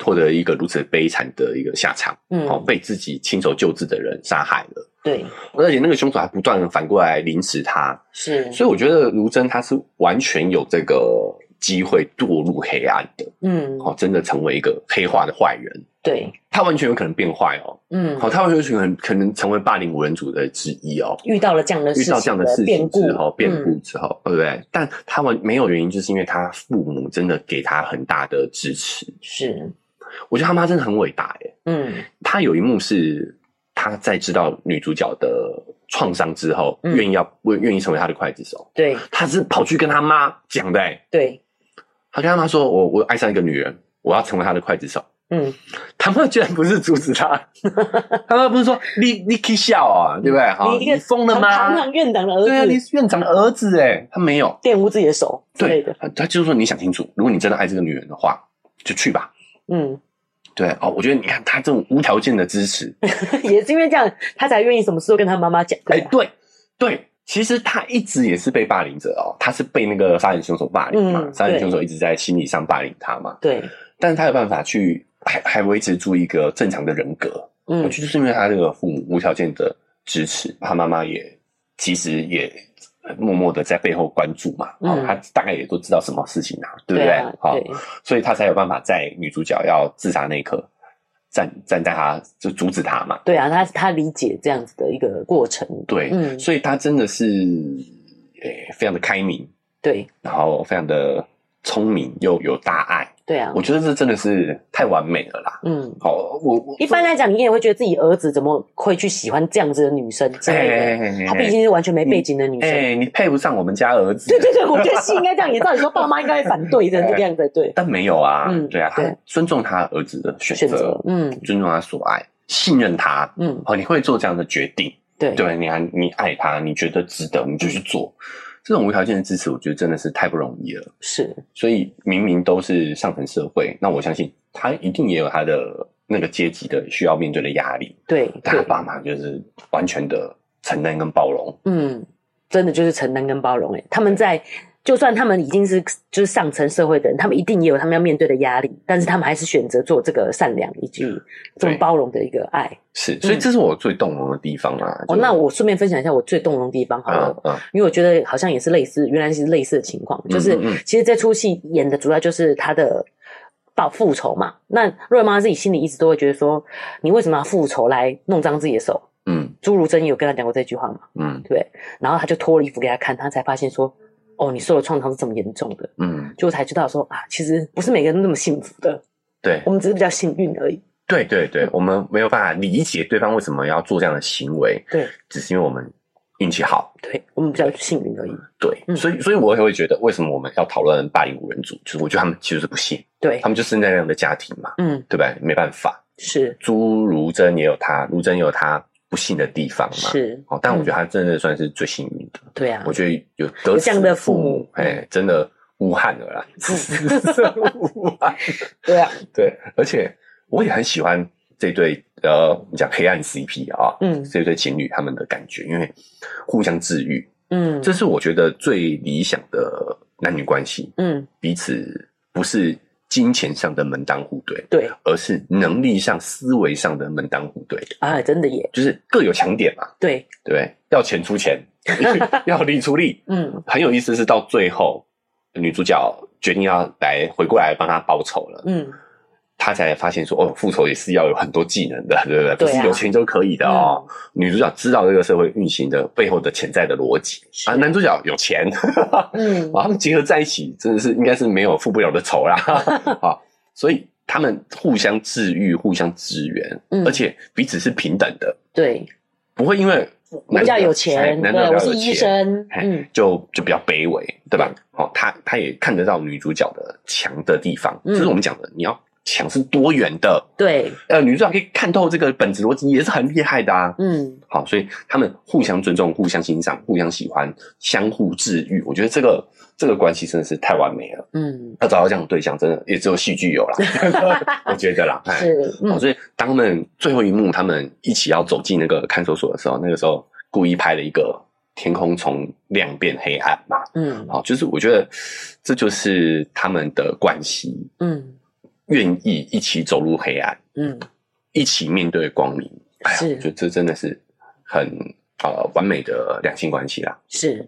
Speaker 2: 获得一个如此悲惨的一个下场，哦，
Speaker 1: 嗯
Speaker 2: 被自己亲手救治的人杀害了，
Speaker 1: 对
Speaker 2: 而且那个凶手还不断的反过来凌迟他，
Speaker 1: 是
Speaker 2: 所以我觉得卢真他是完全有这个机会堕入黑暗的，
Speaker 1: 嗯
Speaker 2: 哦，真的成为一个黑化的坏人。
Speaker 1: 对，
Speaker 2: 他完全有可能变坏哦。
Speaker 1: 嗯，
Speaker 2: 好，他完全有可能可能成为霸凌五人组的之一哦。
Speaker 1: 遇到了这样的
Speaker 2: 遇到这样的事
Speaker 1: 变
Speaker 2: 情
Speaker 1: 故
Speaker 2: 之后，变故
Speaker 1: 嗯
Speaker 2: 之后，对不对？但他完没有原因，就是因为他父母真的给他很大的支持。
Speaker 1: 是，
Speaker 2: 我觉得他妈真的很伟大耶。
Speaker 1: 嗯
Speaker 2: 他有一幕是他在知道女主角的创伤之后，
Speaker 1: 嗯
Speaker 2: 愿意要愿愿意成为他的刽子手，
Speaker 1: 对
Speaker 2: 他是跑去跟他妈讲的耶。
Speaker 1: 对，
Speaker 2: 他跟他妈说：“我我爱上一个女人，我要成为她的刽子手。”
Speaker 1: 嗯
Speaker 2: 他妈居然不是阻止 他，他妈不是说你你可以笑啊，对不对？哈，
Speaker 1: 嗯你一个
Speaker 2: 你疯了
Speaker 1: 堂
Speaker 2: 吗
Speaker 1: 堂？院长的儿
Speaker 2: 对啊，你
Speaker 1: 子
Speaker 2: 是院长的儿子哎，他没有，
Speaker 1: 玷污自己的手之类
Speaker 2: 对
Speaker 1: 的，，
Speaker 2: 他他就是说你想清楚，如果你真的爱这个女人的话，就去吧。
Speaker 1: 嗯，
Speaker 2: 对哦，我觉得你看他这种无条件的支持，
Speaker 1: 也是因为这样，他才愿意什么事都跟他妈妈讲。
Speaker 2: 哎
Speaker 1: 对，啊，
Speaker 2: 对对，其实他一直也是被霸凌者哦，他是被那个杀人凶手霸凌嘛
Speaker 1: 嗯，
Speaker 2: 杀人
Speaker 1: 对
Speaker 2: 凶手一直在心理上霸凌他嘛，
Speaker 1: 对，
Speaker 2: 但是他有办法去还还维持住一个正常的人格，我
Speaker 1: 嗯
Speaker 2: 觉得就是因为他这个父母无条件的支持，他妈妈也其实也默默的在背后关注嘛，
Speaker 1: 嗯
Speaker 2: 哦，他大概也都知道什么事情啊，对不
Speaker 1: 对啊
Speaker 2: 好、
Speaker 1: 对
Speaker 2: 所以他才有办法在女主角要自杀那一刻站站在他就阻止他嘛，
Speaker 1: 对啊，他他理解这样子的一个过程，
Speaker 2: 对，
Speaker 1: 嗯
Speaker 2: 所以他真的是诶、非常的开明，
Speaker 1: 对
Speaker 2: 然后非常的聪明又有大爱，
Speaker 1: 对啊
Speaker 2: 我，觉得这真的是太完美了啦。
Speaker 1: 嗯。
Speaker 2: 好，我我
Speaker 1: 一般来讲，你也会觉得自己儿子怎么会去喜欢这样子的女生之类
Speaker 2: 哎
Speaker 1: 的？
Speaker 2: 哎哎哎
Speaker 1: 她毕竟是完全没背景的女
Speaker 2: 哎、
Speaker 1: 生。
Speaker 2: 你配不上我们家儿子，
Speaker 1: 对对对，我觉得是应该这样。也照理说，爸妈应该会反对的
Speaker 2: 哎
Speaker 1: 这个样子。 对，
Speaker 2: 但没有啊，
Speaker 1: 嗯
Speaker 2: 对啊，他
Speaker 1: 对
Speaker 2: 尊重他儿子的选
Speaker 1: 选
Speaker 2: 择，
Speaker 1: 择，嗯
Speaker 2: 尊重他所爱，信任他，
Speaker 1: 嗯，
Speaker 2: 哦，你会做这样的决定，
Speaker 1: 对
Speaker 2: 对，你还你爱他，你觉得值得，你就去做。这种无条件的支持，我觉得真的是太不容易了。
Speaker 1: 是，
Speaker 2: 所以明明都是上层社会，那我相信他一定也有他的那个阶级的需要面对的压力。
Speaker 1: 对
Speaker 2: 但他
Speaker 1: 对，
Speaker 2: 爸妈就是完全的承担跟包容，
Speaker 1: 嗯，真的就是承担跟包容、欸。他们在就算他们已经是就是上层社会的人，他们一定也有他们要面对的压力，但是他们还是选择做这个善良以及这种
Speaker 2: 对
Speaker 1: 包容的一个爱。
Speaker 2: 是，所以这是我最动容的地方啊。
Speaker 1: 嗯哦，那我顺便分享一下我最动容的地方好了。
Speaker 2: 嗯嗯，
Speaker 1: 因为我觉得好像也是类似，原来是类似的情况，就是
Speaker 2: 嗯嗯
Speaker 1: 其实这出戏演的主要就是他的报复仇嘛。那瑞妈自己心里一直都会觉得说，你为什么要复仇来弄脏自己的手？
Speaker 2: 嗯
Speaker 1: 朱如真有跟他讲过这句话嘛，
Speaker 2: 嗯
Speaker 1: 对不对？然后他就脱了衣服给他看，他才发现说，哦，你受的创伤是这么严重的，
Speaker 2: 嗯，
Speaker 1: 就才知道说啊，其实不是每个人都那么幸福的，
Speaker 2: 对
Speaker 1: 我们只是比较幸运而已。
Speaker 2: 对对对，
Speaker 1: 嗯
Speaker 2: 我们没有办法理解对方为什么要做这样的行为，
Speaker 1: 对，
Speaker 2: 只是因为我们运气好。
Speaker 1: 对我们比较幸运而已。
Speaker 2: 对，
Speaker 1: 嗯
Speaker 2: 所以所以我也会觉得，为什么我们要讨论霸凌五人组？就是我觉得他们其实是不幸，
Speaker 1: 对
Speaker 2: 他，们就生在那样的家庭嘛，
Speaker 1: 嗯，
Speaker 2: 对吧？没办法，
Speaker 1: 是
Speaker 2: 朱如真也有他，如真也有他不幸的地方嘛。
Speaker 1: 是，嗯
Speaker 2: 哦，但我觉得他真的算是最幸运的。
Speaker 1: 对啊
Speaker 2: 我，觉得有得
Speaker 1: 这样的
Speaker 2: 此父
Speaker 1: 父母嗯
Speaker 2: 母，哎，真的无憾了 啦，此生无憾。
Speaker 1: 对啊，
Speaker 2: 对，而且我也很喜欢这对呃，我们讲黑暗 CP 啊，
Speaker 1: 嗯
Speaker 2: 这对情侣他们的感觉，因为互相治愈，
Speaker 1: 嗯，
Speaker 2: 这是我觉得最理想的男女关系，
Speaker 1: 嗯，
Speaker 2: 彼此不是金钱上的门当户对，
Speaker 1: 对
Speaker 2: 而是能力上、思维上的门当户对，
Speaker 1: 啊，真的耶，
Speaker 2: 就是各有强点嘛，
Speaker 1: 对，
Speaker 2: 对不对？要钱出钱， 要力出力。
Speaker 1: 嗯。
Speaker 2: 很有意思是到最后，女主角决定要来回过来帮他报仇了，
Speaker 1: 嗯，
Speaker 2: 他才发现说，哦，复仇也是要有很多技能的，对不对？不
Speaker 1: 对啊嗯
Speaker 2: 是有钱就可以的哦。女主角知道这个社会运行的背后的潜在的逻辑
Speaker 1: 是
Speaker 2: 啊，男主角有钱，
Speaker 1: 嗯
Speaker 2: 把他们结合在一起，真的是应该是没有付不了的仇 啦。啊，所以他们互相治愈、互相支援，
Speaker 1: 嗯
Speaker 2: 而且彼此是平等的，
Speaker 1: 对，
Speaker 2: 不会因为
Speaker 1: 我比较有钱，
Speaker 2: 男
Speaker 1: 对，
Speaker 2: 主角
Speaker 1: 我
Speaker 2: 有
Speaker 1: 是
Speaker 2: 钱
Speaker 1: 医生，
Speaker 2: 哎
Speaker 1: 嗯
Speaker 2: 就就比较卑微，对吧？哦，他他也看得到女主角的强的地方，
Speaker 1: 嗯
Speaker 2: 就是我们讲的，你要强是多元的。
Speaker 1: 对，
Speaker 2: 呃，女主角可以看透这个本质逻辑，也是很厉害的啊。
Speaker 1: 嗯
Speaker 2: 好，所以他们互相尊重、互相欣赏、互相喜欢、相互治愈，我觉得这个这个关系真的是太完美了。
Speaker 1: 嗯，
Speaker 2: 要找到这样的对象，真的也只有戏 剧有啦，我觉得啦。哎
Speaker 1: 是，
Speaker 2: 好，
Speaker 1: 嗯
Speaker 2: 所以当他们最后一幕，他们一起要走进那个看守所的时候，那个时候故意拍了一个天空从亮变黑暗嘛。
Speaker 1: 嗯
Speaker 2: 好，就是我觉得这就是他们的关系，
Speaker 1: 嗯
Speaker 2: 愿意一起走入黑暗，
Speaker 1: 嗯，
Speaker 2: 一起面对光明。哎呀，
Speaker 1: 是
Speaker 2: 我觉得这真的是很呃完美的两性关系啦。
Speaker 1: 是，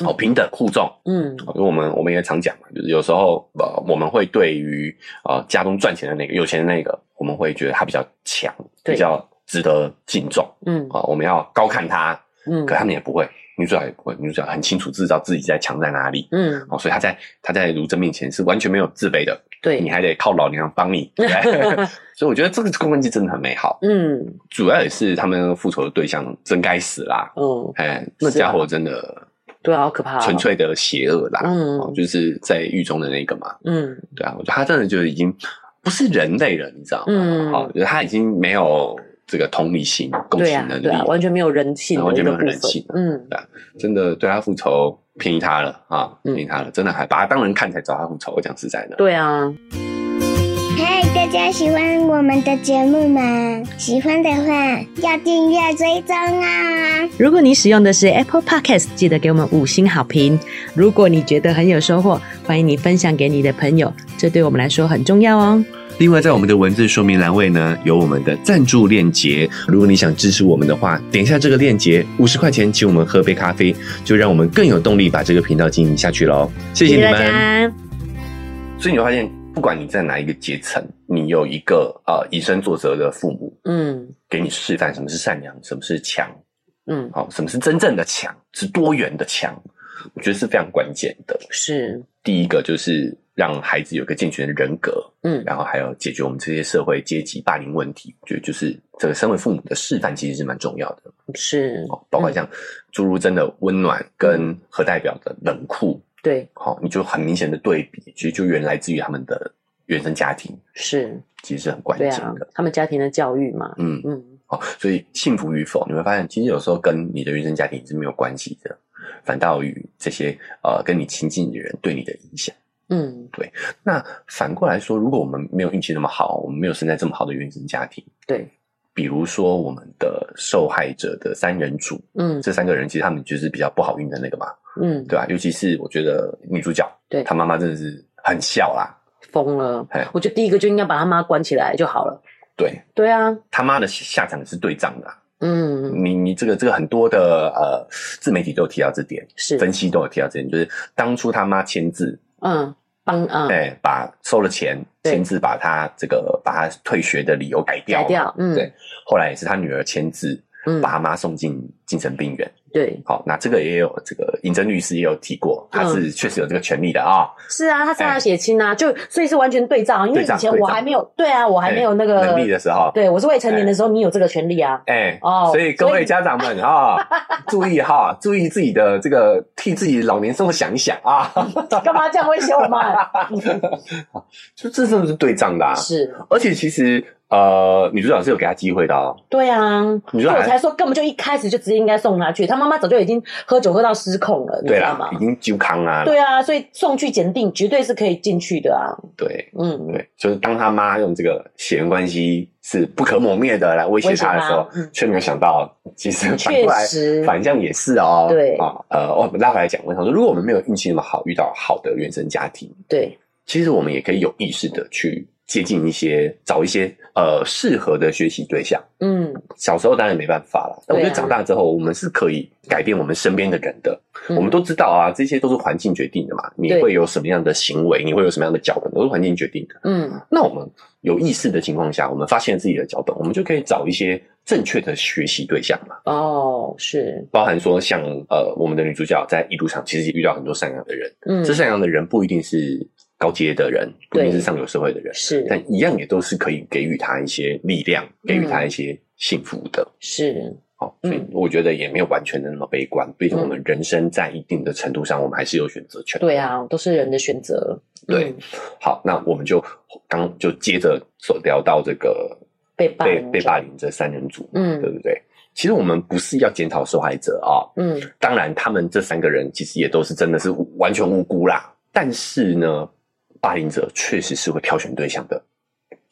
Speaker 1: 嗯
Speaker 2: 好，平等互重。哦
Speaker 1: 嗯
Speaker 2: 因为我们我们也常讲嘛，就是有时候呃，我们会对于呃家中赚钱的那个有钱的那个，我们会觉得他比较强，
Speaker 1: 对
Speaker 2: 比较值得敬重
Speaker 1: 嗯
Speaker 2: 啊、我们要高看他，
Speaker 1: 嗯
Speaker 2: 可他们也不会，女主角也不会，女主角很清楚知道自己在强在哪里。
Speaker 1: 嗯，
Speaker 2: 哦，所以他在他在卢真面前是完全没有自卑的，
Speaker 1: 对
Speaker 2: 你，还得靠老娘帮你。对 所以我觉得这个关系真的很美好，
Speaker 1: 嗯
Speaker 2: 主要也是他们复仇的对象真该死啦，
Speaker 1: 嗯，
Speaker 2: 哎，那
Speaker 1: 是啊
Speaker 2: 家伙真的
Speaker 1: 对啊，好可怕哦，
Speaker 2: 纯粹的邪恶啦，
Speaker 1: 嗯
Speaker 2: 哦，就是在狱中的那个嘛，
Speaker 1: 嗯
Speaker 2: 对啊，我觉得他真的就已经不是人类了，你知道吗？
Speaker 1: 嗯
Speaker 2: 哦，就是他已经没有这个同理心、共
Speaker 1: 对
Speaker 2: 情
Speaker 1: 啊
Speaker 2: 能力，
Speaker 1: 对啊，完全没有人性的
Speaker 2: 完
Speaker 1: 一
Speaker 2: 全
Speaker 1: 个
Speaker 2: 没
Speaker 1: 部
Speaker 2: 有人性
Speaker 1: 分，嗯
Speaker 2: 真的对他复仇便宜他了啊，
Speaker 1: 嗯
Speaker 2: 便宜他了，真的还把他当人看才找他复仇。我讲实在的，
Speaker 1: 对啊，
Speaker 3: 嗨，大家喜欢我们的节目吗？喜欢的话要订阅追踪啊！
Speaker 1: 如果你使用的是 Apple Podcast，记得给我们五星好评。如果你觉得很有收获，欢迎你分享给你的朋友，这对我们来说很重要哦。
Speaker 2: 另外，在我们的文字说明栏位呢，有我们的赞助链接。如果你想支持我们的话，点一下这个链接，五十块钱请我们喝杯咖啡，就让我们更有动力把这个频道经营下去喽。谢谢你
Speaker 1: 大
Speaker 2: 们。
Speaker 1: 家，
Speaker 2: 所以你会发现，不管你在哪一个阶层，你有一个呃以身作则的父母，
Speaker 1: 嗯
Speaker 2: 给你示范什么是善良，什么是强，
Speaker 1: 嗯，
Speaker 2: 好、什么是真正的强，是多元的强，我觉得是非常关键的。
Speaker 1: 是，
Speaker 2: 第一个就是让孩子有个健全的人格，
Speaker 1: 嗯
Speaker 2: 然后还有解决我们这些社会阶级霸凌问题，就就是这个身为父母的示范其实是蛮重要的
Speaker 1: 是，
Speaker 2: 哦，包括
Speaker 1: 嗯
Speaker 2: 像朱如真的温暖跟何代表的冷酷，
Speaker 1: 对，
Speaker 2: 好、你就很明显的对比，其实就源来自于他们的原生家庭，
Speaker 1: 是，
Speaker 2: 其实是很关
Speaker 1: 对
Speaker 2: 键
Speaker 1: 啊
Speaker 2: 的，，
Speaker 1: 他们家庭的教育嘛，
Speaker 2: 嗯，
Speaker 1: 嗯
Speaker 2: 好、所以幸福与否，你会发现其实有时候跟你的原生家庭是没有关系的，反倒与这些呃跟你亲近的人对你的影响。
Speaker 1: 嗯，
Speaker 2: 那反过来说，如果我们没有运气那么好，我们没有生在这么好的原生家庭，
Speaker 1: 对，
Speaker 2: 比如说我们的受害者的三人组，
Speaker 1: 嗯
Speaker 2: 这三个人其实他们就是比较不好运的那个嘛，
Speaker 1: 嗯，
Speaker 2: 对吧、尤其是我觉得女主角，
Speaker 1: 对
Speaker 2: 她妈妈真的是很笑啦，
Speaker 1: 疯了
Speaker 2: 嘿，
Speaker 1: 我觉得第一个就应该把他妈关起来就好了。
Speaker 2: 对
Speaker 1: 对啊，
Speaker 2: 他妈的下场是对仗的啊、
Speaker 1: 嗯，
Speaker 2: 你你这个这个很多的呃自媒体都有提到这点，
Speaker 1: 是，
Speaker 2: 分析都有提到这点，就是当初他妈签字，
Speaker 1: 嗯，帮啊，
Speaker 2: 哎、把收了钱
Speaker 1: 对
Speaker 2: 签字，把他这个把他退学的理由改掉，
Speaker 1: 改掉，嗯，
Speaker 2: 对后来也是他女儿签字，
Speaker 1: 嗯，
Speaker 2: 把他妈送进精神病院。
Speaker 1: 对，
Speaker 2: 好，那这个也有这个银针律师也有提过，
Speaker 1: 嗯
Speaker 2: 他是确实有这个权利的啊、
Speaker 1: 是啊，他是他
Speaker 2: 哎
Speaker 1: 的血亲啊，就所以是完全对照啊，因为
Speaker 2: 对照
Speaker 1: 以前
Speaker 2: 对
Speaker 1: 我
Speaker 2: 照哎
Speaker 1: 还没有，对啊，我还没有那个
Speaker 2: 能力的时哎候，
Speaker 1: 对我是未成年的时候，你有这个权利 啊，
Speaker 2: 哎、
Speaker 1: 哦
Speaker 2: 所以各
Speaker 1: 所以
Speaker 2: 位家长们啊、 注意哈，注意自己的这个替自己老年生活想一想啊，
Speaker 1: 干嘛这样威胁我妈？
Speaker 2: 就这真的是对仗的、啊，
Speaker 1: 是，
Speaker 2: 而且其实呃，女主角是有给他机会的哦，
Speaker 1: 对啊，所
Speaker 2: 你
Speaker 1: 以
Speaker 2: 说还
Speaker 1: 我才说根本就一开始就直接应该送他去，他妈妈早就已经喝酒喝到失控了，你
Speaker 2: 对
Speaker 1: 知道
Speaker 2: 啦
Speaker 1: 吗，
Speaker 2: 已？经揪康啦，
Speaker 1: 对啊，所以送去检定绝对是可以进去的啊，
Speaker 2: 对
Speaker 1: 嗯，
Speaker 2: 对，就是当他妈用这个血缘关系是不可磨灭的来威胁他的时候
Speaker 1: 威胁他嗯，
Speaker 2: 却没有想到，其实反
Speaker 1: 确
Speaker 2: 过来
Speaker 1: 实，
Speaker 2: 反向也是哦。
Speaker 1: 对
Speaker 2: 啊、呃，我们拉回来讲，我想说，如果我们没有运气那么好，遇到好的原生家庭，
Speaker 1: 对，
Speaker 2: 其实我们也可以有意识的去接近一些，找一些呃适合的学习对象。
Speaker 1: 嗯，
Speaker 2: 小时候当然没办法了，但我觉得
Speaker 1: 对啊
Speaker 2: 长大之后，我们是可以改变我们身边的人的。
Speaker 1: 嗯
Speaker 2: 我们都知道啊，这些都是环境决定的嘛。你
Speaker 1: 对
Speaker 2: 会有什么样的行为，你会有什么样的脚本，都是环境决定的。
Speaker 1: 嗯，
Speaker 2: 那我们有意识的情况下，我们发现自己的脚本，我们就可以找一些正确的学习对象嘛。
Speaker 1: 哦，是，
Speaker 2: 包含说像呃，我们的女主角在一路上其实也遇到很多善良的人，
Speaker 1: 嗯，
Speaker 2: 这善良的人不一定是高阶的人，不一定
Speaker 1: 对
Speaker 2: 是上流社会的人，
Speaker 1: 是
Speaker 2: 但一样也都是可以给予他一些力量，给予他一些幸福的。
Speaker 1: 是，
Speaker 2: 好、
Speaker 1: 嗯
Speaker 2: 所以我觉得也没有完全的那么悲观，毕竟我们人生在一定的程度上，我们还是有选择权。
Speaker 1: 对，啊，都是人的选择，
Speaker 2: 对
Speaker 1: 嗯，
Speaker 2: 好，那我们就刚就接着所聊到这个
Speaker 1: 被霸
Speaker 2: 被
Speaker 1: 凌
Speaker 2: 被
Speaker 1: 者
Speaker 2: 霸凌这三人组，
Speaker 1: 嗯
Speaker 2: 对不对？其实我们不是要检讨受害者啊、
Speaker 1: 嗯，
Speaker 2: 当然，他们这三个人其实也都是真的是无完全无辜啦。但是呢，霸凌者确实是会挑选对象的。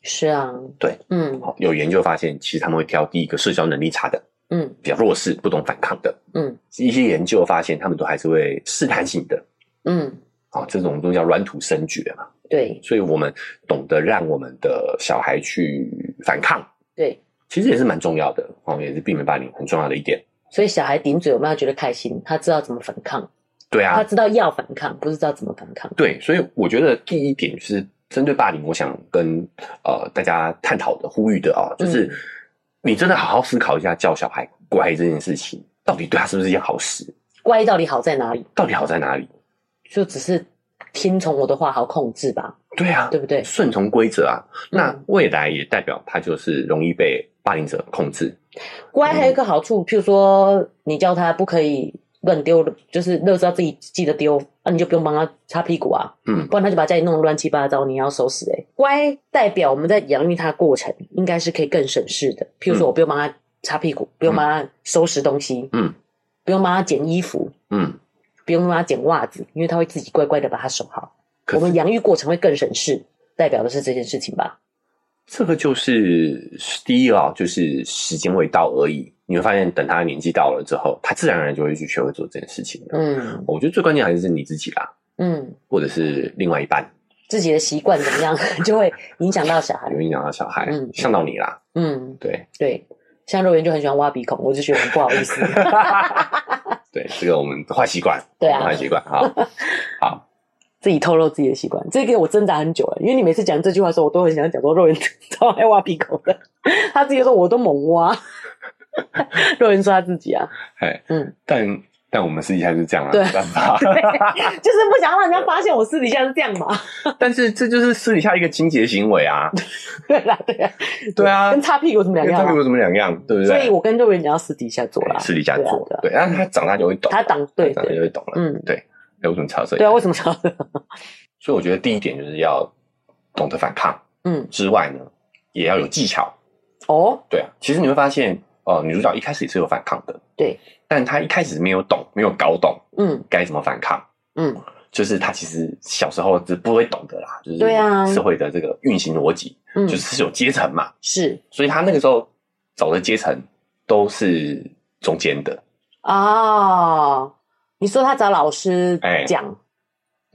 Speaker 1: 是啊，
Speaker 2: 对，
Speaker 1: 嗯
Speaker 2: 好有研究发现，其实他们会挑第一个社交能力差的、
Speaker 1: 嗯
Speaker 2: 比较弱势、不懂反抗的。
Speaker 1: 嗯
Speaker 2: 一些研究发现，他们都还是会试探性的。
Speaker 1: 嗯，
Speaker 2: 啊、这种东西叫软土生绝嘛，
Speaker 1: 对
Speaker 2: 所以我们懂得让我们的小孩去反抗，
Speaker 1: 对，
Speaker 2: 其实也是蛮重要的哦，也是避免霸凌很重要的一点。
Speaker 1: 所以小孩顶嘴，我们要觉得开心，他知道怎么反抗，
Speaker 2: 对啊，
Speaker 1: 他知道要反抗，不是知道怎么反抗，
Speaker 2: 对，所以我觉得第一点就是针对霸凌，我想跟呃大家探讨的、呼吁的啊，
Speaker 1: 嗯
Speaker 2: 就是你真的好好思考一下，教小孩乖这件事情，到底对他是不是一件好事？
Speaker 1: 乖到底好在哪里？
Speaker 2: 到底好在哪里？
Speaker 1: 就只是听从我的话，好控制吧，
Speaker 2: 对啊，
Speaker 1: 对不对？
Speaker 2: 顺从规则啊，
Speaker 1: 嗯
Speaker 2: 那未来也代表他就是容易被霸凌者控制。
Speaker 1: 乖还有一个好处，譬如说你叫他不可以乱丢，就是垃圾要自己记得丢，那、你就不用帮他擦屁股啊，
Speaker 2: 嗯，
Speaker 1: 不然他就把家里弄得乱七八糟，你要收拾哎、欸。乖代表我们在养育他的过程，应该是可以更省事的。譬如说，
Speaker 2: 嗯
Speaker 1: 我不用帮他擦屁股，不用帮他收拾东西，
Speaker 2: 嗯，
Speaker 1: 不用帮他捡衣服，
Speaker 2: 嗯，
Speaker 1: 不用帮他捡袜子，因为他会自己乖乖的把它收好。
Speaker 2: 可
Speaker 1: 我们
Speaker 2: 是
Speaker 1: 养育过程会更省事，代表的是这件事情吧？
Speaker 2: 这个就是第一个啊，就是时间未到而已。你会发现，等他年纪到了之后，他自然而然就会去学会做这件事情。嗯，
Speaker 1: 嗯
Speaker 2: 我觉得最关键还是你自己啦，
Speaker 1: 嗯，
Speaker 2: 或者是另外一半，
Speaker 1: 自己的习惯怎么样， 就会影响到小孩
Speaker 2: 你。会影响到小孩
Speaker 1: 嗯，
Speaker 2: 像到你啦，
Speaker 1: 嗯。
Speaker 2: 对。
Speaker 1: 对，像肉圆就很喜欢挖鼻孔，我就觉得很不好意 思。
Speaker 2: 对，这个我们坏习惯，
Speaker 1: 对啊
Speaker 2: 坏习惯好， 好，
Speaker 1: 自己透露自己的习惯，这个我挣扎很久了，因为你每次讲这句话的时候，我都很想讲说肉圆超爱挖鼻孔的， 他自己说我都猛 挖。肉圆说他自己啊，
Speaker 2: 哎，
Speaker 1: 嗯，
Speaker 2: 但但我们私底下是这样啊，
Speaker 1: 对
Speaker 2: 没办法。
Speaker 1: 就是不想让人家发现我私底下是这样嘛。
Speaker 2: 但是这就是私底下一个清洁行为啊，
Speaker 1: 对啦，对啦，
Speaker 2: 对啊
Speaker 1: 跟擦屁股有什么两
Speaker 2: 跟
Speaker 1: 样
Speaker 2: 他们
Speaker 1: 啊？
Speaker 2: 有什么两样，对不
Speaker 1: 所以
Speaker 2: 对？
Speaker 1: 我跟肉圆讲要私底下做啦，
Speaker 2: 私底下
Speaker 1: 对啊
Speaker 2: 做
Speaker 1: 对啊，
Speaker 2: 对，但是他长大就会懂，
Speaker 1: 他长对
Speaker 2: 长大就
Speaker 1: 对，
Speaker 2: 会懂了。
Speaker 1: 嗯，
Speaker 2: 哎，为什么差这
Speaker 1: 对
Speaker 2: 样？
Speaker 1: 啊，为什么想要这样？
Speaker 2: 所以我觉得第一点就是要懂得反抗
Speaker 1: 嗯，
Speaker 2: 之外呢，也要有技巧。
Speaker 1: 哦，
Speaker 2: 对啊，其实你会发现，呃，女主角一开始也是有反抗的，
Speaker 1: 对，
Speaker 2: 但她一开始没有懂，没有搞懂
Speaker 1: 嗯
Speaker 2: 该怎么反抗。
Speaker 1: 嗯，
Speaker 2: 就是他其实小时候是不会懂得啦，就是
Speaker 1: 对啊
Speaker 2: 社会的这个运行逻辑，
Speaker 1: 嗯
Speaker 2: 就是是有阶层嘛，
Speaker 1: 是
Speaker 2: 所以他那个时候走的阶层都是中间的，
Speaker 1: 啊，你说他找老师
Speaker 2: 哎
Speaker 1: 讲。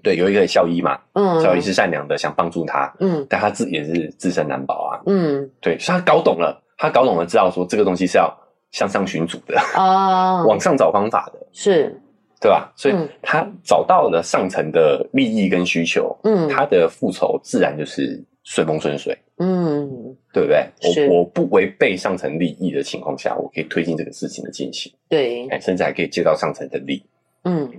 Speaker 2: 对，有一个校医嘛，
Speaker 1: 嗯，
Speaker 2: 校医是善良的，想帮助他，
Speaker 1: 嗯
Speaker 2: 但他自也是自身难保啊，
Speaker 1: 嗯
Speaker 2: 对，所以他搞懂了，他搞懂了，知道说这个东西是要向上寻主的，
Speaker 1: 啊，
Speaker 2: 往上找方法的，
Speaker 1: 是
Speaker 2: 对吧？所以
Speaker 1: 嗯
Speaker 2: 他找到了上层的利益跟需求，
Speaker 1: 嗯
Speaker 2: 他的复仇自然就是顺风顺水。
Speaker 1: 嗯，
Speaker 2: 对不对？
Speaker 1: 是
Speaker 2: 我我不违背上层利益的情况下，我可以推进这个事情的进行，
Speaker 1: 对，
Speaker 2: 哎，甚至还可以借到上层的力。
Speaker 1: 嗯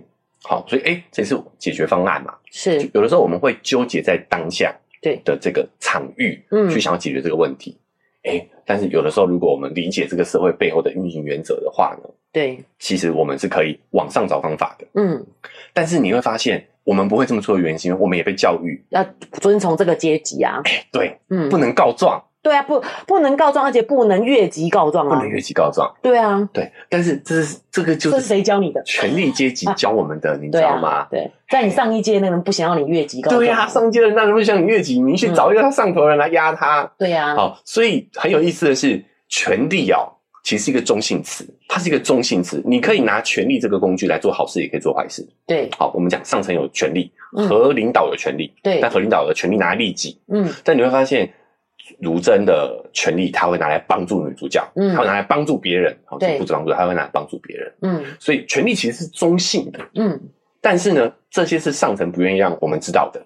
Speaker 2: 好，所以哎，这是解决方案嘛？
Speaker 1: 是
Speaker 2: 有的时候我们会纠结在当下
Speaker 1: 对，
Speaker 2: 的这个场域，
Speaker 1: 嗯
Speaker 2: 去想要解决这个问题。哎，但是有的时候，如果我们理解这个社会背后的运行原则的话呢，
Speaker 1: 对，
Speaker 2: 其实我们是可以往上找方法的。
Speaker 1: 嗯，
Speaker 2: 但是你会发现，我们不会这么做的原因，是因为我们也被教育，
Speaker 1: 要遵从这个阶级啊，
Speaker 2: 哎，对，
Speaker 1: 嗯
Speaker 2: 不，能告状，
Speaker 1: 对啊，不不能告状，而且不能越级告状
Speaker 2: 不
Speaker 1: 啊
Speaker 2: 能，越级告状，
Speaker 1: 对啊，
Speaker 2: 对。但是这是这个就
Speaker 1: 这
Speaker 2: 是
Speaker 1: 是谁教你的？
Speaker 2: 权力阶级教我们的，你知
Speaker 1: 对
Speaker 2: 道
Speaker 1: 啊
Speaker 2: 吗，？
Speaker 1: 对，在你上一届那个人不想要你越级告状，
Speaker 2: 对呀、上阶的人当然会想你越级，你去找一个他上头的人来压他。
Speaker 1: 对啊呀，
Speaker 2: 好，所以很有意思的是，权力哦，其实是一个中性词，它是一个中性词，你可以拿权力这个工具来做好事，也可以做坏事。
Speaker 1: 对
Speaker 2: 好，我们讲上层有权力，
Speaker 1: 嗯
Speaker 2: 和领导有权力，
Speaker 1: 对
Speaker 2: 但，和领导的权力拿来利己，
Speaker 1: 嗯
Speaker 2: 但你会发现。如真的权力，他会拿来帮助女主角，
Speaker 1: 嗯
Speaker 2: 他会拿来帮助别人，好，
Speaker 1: 对
Speaker 2: 不止帮助，他会拿来帮助别人。
Speaker 1: 嗯
Speaker 2: 所以权力其实是中性的，
Speaker 1: 嗯，
Speaker 2: 但是呢，这些是上层不愿意让我们知道的。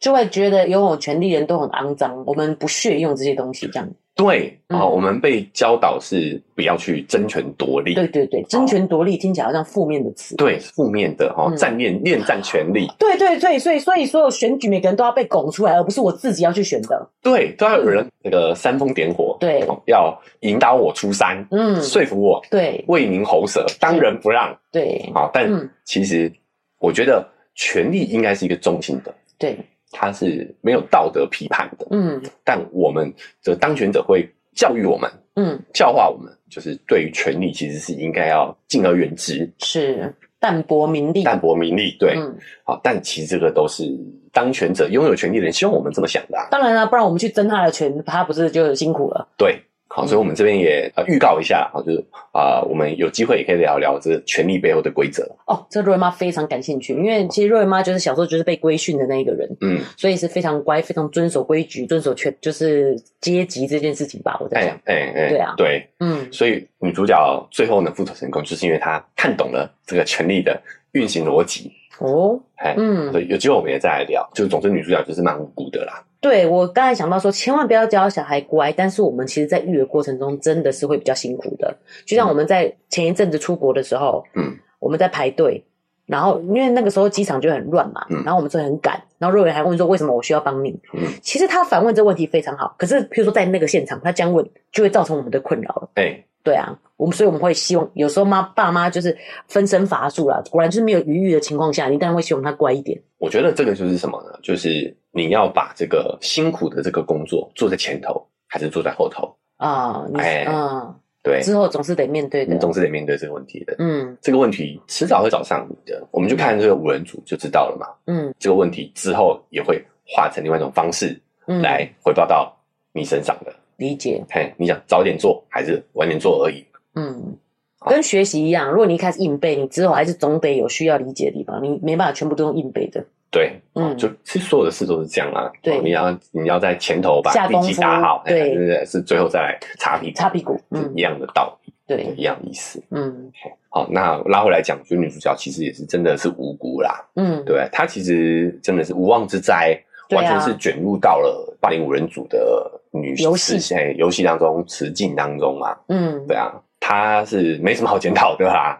Speaker 1: 就会觉得拥有权力的人都很肮脏，我们不屑用这些东西，这样，
Speaker 2: 对啊、
Speaker 1: 嗯
Speaker 2: 哦我们被教导是不要去争权夺利，
Speaker 1: 对对对，争权夺利听起来好像负面的词，
Speaker 2: 对负面的哈、哦
Speaker 1: 嗯，
Speaker 2: 占恋恋战权利，
Speaker 1: 对对对，所以所以所有选举每个人都要被拱出来，而不是我自己要去选的。
Speaker 2: 对，都要有人那个煽风点火，
Speaker 1: 对
Speaker 2: 哦要引导我出山，
Speaker 1: 嗯，
Speaker 2: 说服我
Speaker 1: 对
Speaker 2: 为民喉舌，当仁不让。
Speaker 1: 对
Speaker 2: 好、但
Speaker 1: 嗯
Speaker 2: 其实我觉得权力应该是一个中性的，
Speaker 1: 对，
Speaker 2: 它是没有道德批判的，
Speaker 1: 嗯
Speaker 2: 但我们的当权者会教育我们。
Speaker 1: 嗯
Speaker 2: 教化我们，就是对于权力其实是应该要敬而远之，
Speaker 1: 是淡泊名利。
Speaker 2: 淡泊名利。对，
Speaker 1: 嗯，
Speaker 2: 好、但其实这个都是当权者拥有权力的人希望我们这么想的、啊。
Speaker 1: 当然了，不然我们去争他的权，他不是就辛苦了？
Speaker 2: 对，
Speaker 1: 嗯
Speaker 2: 好，所以我们这边也呃预告一下，好，就是啊、呃我们有机会也可以聊聊这权力背后的规则。
Speaker 1: 哦，这瑞妈非常感兴趣，因为其实瑞妈就是小时候就是被规训的那一个人，
Speaker 2: 嗯，
Speaker 1: 所以是啊非常乖、非常遵守规矩、遵守权，就是阶级这件事情吧。我在
Speaker 2: 哎
Speaker 1: 想，
Speaker 2: 哎哎，
Speaker 1: 对啊
Speaker 2: 对，
Speaker 1: 嗯，
Speaker 2: 所以女主角最后能复仇成功，就是因为她看懂了这个权力的运行逻辑。
Speaker 1: 哦，
Speaker 2: 哎，
Speaker 1: 嗯
Speaker 2: 所以有机会我们也再来聊。就是总之，女主角就是蛮无辜的啦。
Speaker 1: 对我刚才想到说，千万不要教小孩乖，但是我们其实，在育儿过程中真的是会比较辛苦的。就像我们在前一阵子出国的时候，
Speaker 2: 嗯，
Speaker 1: 我们在排队，然后因为那个时候机场就很乱嘛，
Speaker 2: 嗯
Speaker 1: 然后我们就很赶，然后肉圆还问说为什么我需要帮你？
Speaker 2: 嗯
Speaker 1: 其实他反问这问题非常好，可是譬如说在那个现场，他这样问就会造成我们的困扰了。
Speaker 2: 哎、
Speaker 1: 对啊，我们所以我们会希望有时候妈爸妈就是分身乏术啦，果然就是没有余裕的情况下，你当然会希望他乖一点。
Speaker 2: 我觉得这个就是什么呢？就是你要把这个辛苦的这个工作做在前头，还是做在后头？
Speaker 1: 啊，你
Speaker 2: 哎
Speaker 1: 嗯，
Speaker 2: 对，
Speaker 1: 之后总是得面对
Speaker 2: 你
Speaker 1: 的。
Speaker 2: 总是得面对这个问题的。
Speaker 1: 嗯
Speaker 2: 这个问题迟早会找上你的，我们就看这个五人组就知道了嘛。
Speaker 1: 嗯
Speaker 2: 这个问题之后也会化成另外一种方式
Speaker 1: 嗯，
Speaker 2: 来回报到你身上的。
Speaker 1: 理解。
Speaker 2: 嘿，你想早点做还是晚点做而已。
Speaker 1: 嗯，
Speaker 2: 好
Speaker 1: 跟学习一样，如果你一开始硬背，你之后还是总得有需要理解的地方，你没办法全部都用硬背的。
Speaker 2: 对，
Speaker 1: 嗯
Speaker 2: 嗯，就其实所有的事都是这样啊。
Speaker 1: 对
Speaker 2: 哦你要你要在前头把
Speaker 1: 下
Speaker 2: 地
Speaker 1: 功
Speaker 2: 基
Speaker 1: 夫
Speaker 2: 打好，嘿
Speaker 1: 对
Speaker 2: 对对，是最后再来擦屁股，
Speaker 1: 擦屁股嗯
Speaker 2: 一样的道理，
Speaker 1: 对，
Speaker 2: 一样的意思。
Speaker 1: 嗯
Speaker 2: 好，那拉回来讲，就女主角其实也是真的是无辜啦，
Speaker 1: 嗯，
Speaker 2: 对她其实真的是无妄之灾，
Speaker 1: 对啊
Speaker 2: 完全是卷入到了霸凌五人组的女
Speaker 1: 游戏
Speaker 2: 嘿游戏当中、实境当中啊，
Speaker 1: 嗯
Speaker 2: 对。啊，她是没什么好检讨的啦，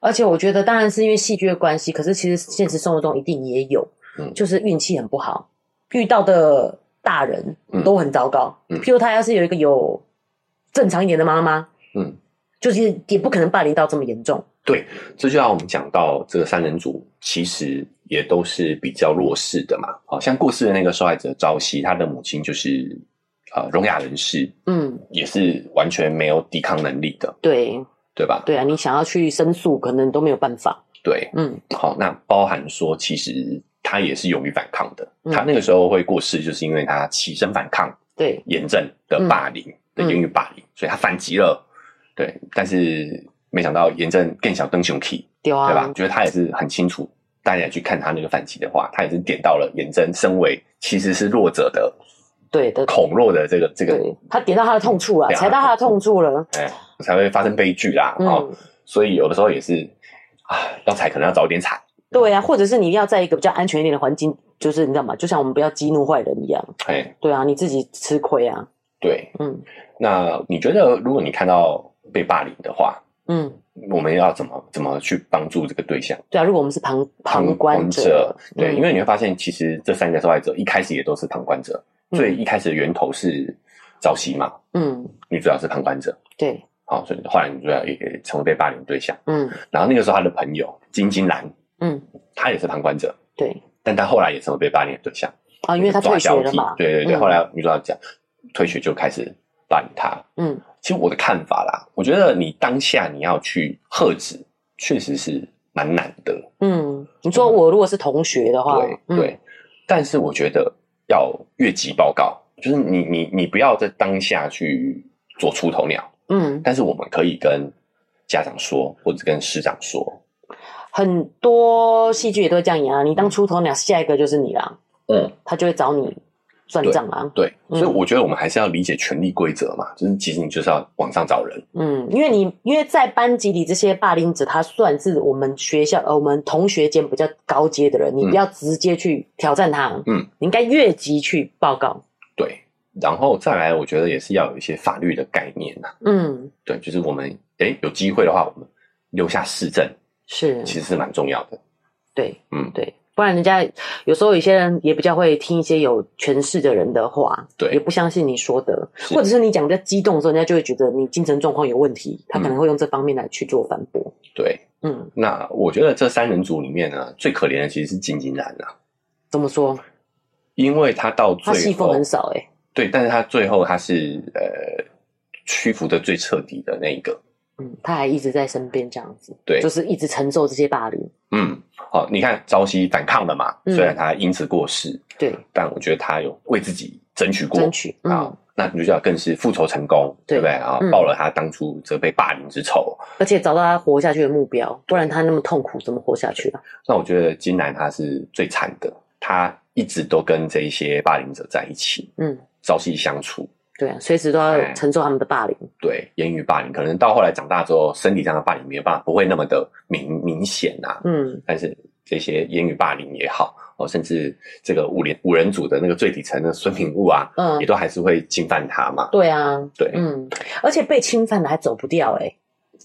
Speaker 1: 而且我觉得，当然是因为戏剧的关系，可是其实现实生活中一定也有，
Speaker 2: 嗯
Speaker 1: 就是运气很不好，遇到的大人
Speaker 2: 嗯
Speaker 1: 都很糟糕。
Speaker 2: 嗯
Speaker 1: 譬如他要是有一个有正常一点的妈妈，
Speaker 2: 嗯，
Speaker 1: 就是也不可能霸凌到这么严重。
Speaker 2: 这就让我们讲到这个三人组其实也都是比较弱势的嘛，好、像过世的那个受害者朝夕，她的母亲就是呃聋哑人士，
Speaker 1: 嗯，
Speaker 2: 也是完全没有抵抗能力的，
Speaker 1: 对
Speaker 2: 对吧？
Speaker 1: 对啊，你想要去申诉，可能都没有办法。
Speaker 2: 对，
Speaker 1: 嗯
Speaker 2: 好，那包含说，其实他也是勇于反抗的。
Speaker 1: 嗯
Speaker 2: 他那个时候会过世，就是因为他起身反抗
Speaker 1: 对，
Speaker 2: 严正的霸凌
Speaker 1: 嗯
Speaker 2: 的言语霸凌，所以他反击了。对，但是没想到严正更小登熊 key，
Speaker 1: 对啊，
Speaker 2: 对吧？觉得他也是很清楚。大家去看他那个反击的话，他也是点到了严正身为其实是弱者的
Speaker 1: 对的，
Speaker 2: 恐弱的这个这个，
Speaker 1: 对，他点到他的痛处了，
Speaker 2: 对啊
Speaker 1: 踩到他的痛处了。
Speaker 2: 哎，才会发生悲剧啦。
Speaker 1: 嗯
Speaker 2: 哦，所以有的时候也是啊，要踩可能要早点踩。
Speaker 1: 对啊，或者是你要在一个比较安全一点的环境，就是你知道吗？就像我们不要激怒坏人一样。
Speaker 2: 哎，
Speaker 1: 对啊，你自己吃亏啊。
Speaker 2: 对，
Speaker 1: 嗯
Speaker 2: 那你觉得，如果你看到被霸凌的话，
Speaker 1: 嗯。
Speaker 2: 我们要怎么怎么去帮助这个对象
Speaker 1: 对啊，如果我们是旁旁观者，
Speaker 2: 对，
Speaker 1: 嗯
Speaker 2: 因为你会发现，其实这三个受害者一开始也都是旁观者，
Speaker 1: 嗯
Speaker 2: 所以一开始的源头是早期嘛，
Speaker 1: 嗯，
Speaker 2: 女主角是旁观者，
Speaker 1: 对，
Speaker 2: 好、所以后来女主角也也成为被霸凌的对象。
Speaker 1: 嗯
Speaker 2: 然后那个时候，她的朋友金金兰，
Speaker 1: 嗯，
Speaker 2: 她也是旁观者，
Speaker 1: 对
Speaker 2: 但她后来也成为被霸凌的对象，
Speaker 1: 啊，因为他退学
Speaker 2: 抓交
Speaker 1: 了
Speaker 2: 替
Speaker 1: 嘛，
Speaker 2: 对对对，
Speaker 1: 嗯
Speaker 2: 后来女主角讲退学就开始霸凌她，
Speaker 1: 嗯
Speaker 2: 其实我的看法啦，我觉得你当下你要去喝止，确实是蛮难的。
Speaker 1: 嗯，你说我如果是同学的话，
Speaker 2: 对、
Speaker 1: 嗯
Speaker 2: 对，但是我觉得要越级报告，就是你你你不要在当下去做出头鸟，
Speaker 1: 嗯，
Speaker 2: 但是我们可以跟家长说，或者跟师长说，
Speaker 1: 很多戏剧也都会这样演啊，你当出头鸟，下一个就是你啦，
Speaker 2: 嗯，
Speaker 1: 他就会找你算账啊，
Speaker 2: 对，
Speaker 1: 嗯
Speaker 2: 所以我觉得我们还是要理解权力规则嘛，就是其实你就是要往上找人，
Speaker 1: 嗯，因为你因为在班级里这些霸凌者，他算是我们学校呃我们同学间比较高阶的人，你不要直接去挑战他，
Speaker 2: 嗯，
Speaker 1: 你应该越级去报告，
Speaker 2: 对，然后再来，我觉得也是要有一些法律的概念呐、
Speaker 1: 嗯，
Speaker 2: 对，就是我们诶有机会的话，我们留下市政。
Speaker 1: 是，
Speaker 2: 其实是蛮重要的。
Speaker 1: 对，
Speaker 2: 嗯，
Speaker 1: 对，不然人家有时候有些人也比较会听一些有权势的人的话，
Speaker 2: 对
Speaker 1: 也不相信你说的，
Speaker 2: 是
Speaker 1: 或者是你讲比较激动的时候，人家就会觉得你精神状况有问题，他可能
Speaker 2: 嗯
Speaker 1: 会用这方面来去做反驳。
Speaker 2: 对。
Speaker 1: 嗯，
Speaker 2: 那我觉得这三人组里面呢，最可怜的其实是金金兰啊，
Speaker 1: 怎么说？
Speaker 2: 因为他到
Speaker 1: 他戏
Speaker 2: 最
Speaker 1: 份
Speaker 2: 后
Speaker 1: 很少哎、欸
Speaker 2: 对，但是他最后他是呃屈服的最彻底的那一个。
Speaker 1: 嗯，他还一直在身边这样子，
Speaker 2: 对
Speaker 1: 就是一直承受这些霸凌。
Speaker 2: 嗯，好、你看朝夕反抗了嘛，
Speaker 1: 嗯
Speaker 2: 虽然他因此过世，
Speaker 1: 对，
Speaker 2: 但我觉得他有为自己争取过
Speaker 1: 争取，
Speaker 2: 啊。
Speaker 1: 嗯，
Speaker 2: 那女主角更是复仇成功，
Speaker 1: 对
Speaker 2: 对不对啊
Speaker 1: 嗯？
Speaker 2: 报了他当初这被霸凌之仇。
Speaker 1: 而且找到他活下去的目标，不然他那么痛苦，怎么活下去啊？
Speaker 2: 那我觉得金兰她是最惨的，她一直都跟这一些霸凌者在一起，
Speaker 1: 嗯，
Speaker 2: 朝夕相处，
Speaker 1: 对啊，随时都要
Speaker 2: 哎
Speaker 1: 承受他们的霸凌。
Speaker 2: 对言语霸凌，可能到后来长大之后，身体上的霸凌没有办法，不会那么的明明显啊。
Speaker 1: 嗯
Speaker 2: 但是这些言语霸凌也好，哦，甚至这个五连五人组的那个最底层的孙品物啊，
Speaker 1: 嗯
Speaker 2: 也，都还是会侵犯他嘛。
Speaker 1: 对啊，
Speaker 2: 对
Speaker 1: 嗯，而且被侵犯了还走不掉、欸，哎，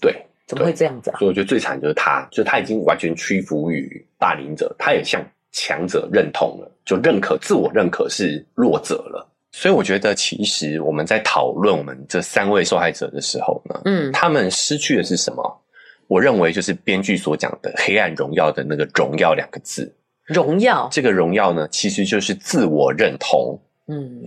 Speaker 2: 对，
Speaker 1: 怎么会这样子啊？
Speaker 2: 所以我觉得最惨就是他，就是他已经完全屈服于霸凌者，他也向强者认同了，就认可自我认可是弱者了。所以我觉得，其实我们在讨论我们这三位受害者的时候呢，
Speaker 1: 嗯，
Speaker 2: 他们失去的是什么？我认为就是编剧所讲的“黑暗荣耀”的那个“荣耀”两个字。
Speaker 1: 荣耀，
Speaker 2: 这个荣耀呢，其实就是自我认同。
Speaker 1: 嗯，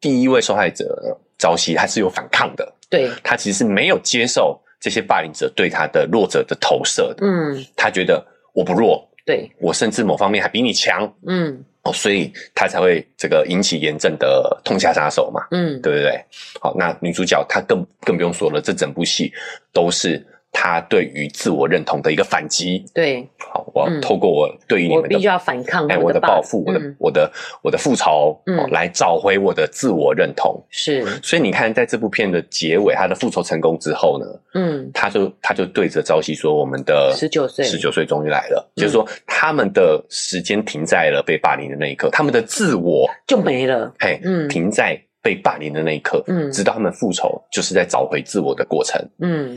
Speaker 2: 第一位受害者呢，朝夕他是有反抗的，
Speaker 1: 对，
Speaker 2: 他其实是没有接受这些霸凌者对他的弱者的投射的。
Speaker 1: 嗯，
Speaker 2: 他觉得我不弱，
Speaker 1: 对，
Speaker 2: 我甚至某方面还比你强
Speaker 1: 嗯
Speaker 2: 哦，所以他才会这个引起炎症的痛下杀手嘛，
Speaker 1: 嗯，
Speaker 2: 对不对？好，那女主角她更更不用说了，这整部戏都是她对于自我认同的一个反击。
Speaker 1: 对，
Speaker 2: 好，我
Speaker 1: 嗯
Speaker 2: 要透过我对于你
Speaker 1: 我
Speaker 2: 们
Speaker 1: 必
Speaker 2: 的
Speaker 1: 须要反抗
Speaker 2: 哎
Speaker 1: 他们
Speaker 2: 我的
Speaker 1: 霸
Speaker 2: 报复，我的、
Speaker 1: 嗯
Speaker 2: 我的我的复仇，
Speaker 1: 嗯
Speaker 2: 哦，来找回我的自我认同。
Speaker 1: 是，
Speaker 2: 所以你看，在这部片的结尾，他的复仇成功之后呢，
Speaker 1: 嗯，
Speaker 2: 他就他就对着朝夕说：“我们的
Speaker 1: 19岁
Speaker 2: 十九岁终于来了。
Speaker 1: 嗯
Speaker 2: 就是说，他们的时间停在了被霸凌的那一刻，他们的自我
Speaker 1: 就没了，
Speaker 2: 嘿、
Speaker 1: 嗯
Speaker 2: 停在被霸凌的那一刻，
Speaker 1: 嗯
Speaker 2: 直到他们复仇，就是在找回自我的过程。
Speaker 1: 嗯，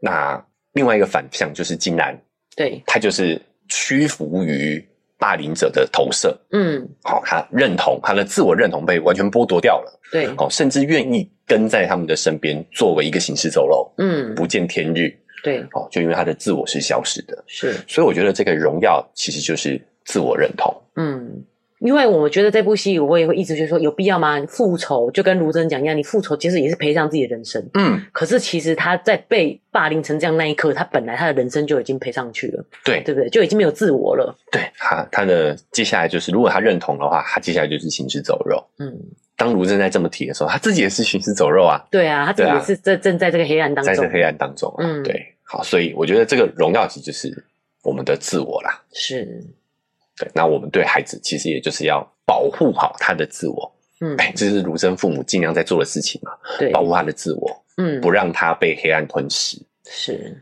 Speaker 2: 那另外一个反向就是金兰，
Speaker 1: 对，
Speaker 2: 他就是屈服于霸凌者的投射，
Speaker 1: 嗯，
Speaker 2: 好、他认同他的自我认同被完全剥夺掉了，
Speaker 1: 对，
Speaker 2: 哦，甚至愿意跟在他们的身边，作为一个行尸走肉，
Speaker 1: 嗯，
Speaker 2: 不见天日。
Speaker 1: 对，
Speaker 2: 哦，就因为他的自我是消失的，
Speaker 1: 是，
Speaker 2: 所以我觉得这个荣耀其实就是自我认同。
Speaker 1: 嗯。因为我觉得这部戏，我也会一直觉得说有必要吗？复仇就跟卢真讲一样，你复仇其实也是赔上自己的人生。
Speaker 2: 嗯，
Speaker 1: 可是其实他在被霸凌成这样那一刻，他本来他的人生就已经赔上去了，
Speaker 2: 对
Speaker 1: 对不对？就已经没有自我了。
Speaker 2: 对，他他的接下来就是，如果他认同的话，他接下来就是行尸走肉。
Speaker 1: 嗯，
Speaker 2: 当卢正在这么提的时候，他自己也是行尸走肉啊，
Speaker 1: 对啊，他自己
Speaker 2: 对啊
Speaker 1: 也是这正在这个黑暗当
Speaker 2: 在
Speaker 1: 中，
Speaker 2: 这黑暗当中啊。
Speaker 1: 嗯
Speaker 2: 对，好，所以我觉得这个荣耀其实就是我们的自我啦。
Speaker 1: 是，
Speaker 2: 对，那我们对孩子其实也就是要保护好他的自我，
Speaker 1: 嗯，
Speaker 2: 哎，这是卢真父母尽量在做的事情嘛，
Speaker 1: 对，
Speaker 2: 保护他的自我，
Speaker 1: 嗯，
Speaker 2: 不让他被黑暗吞噬。
Speaker 1: 是。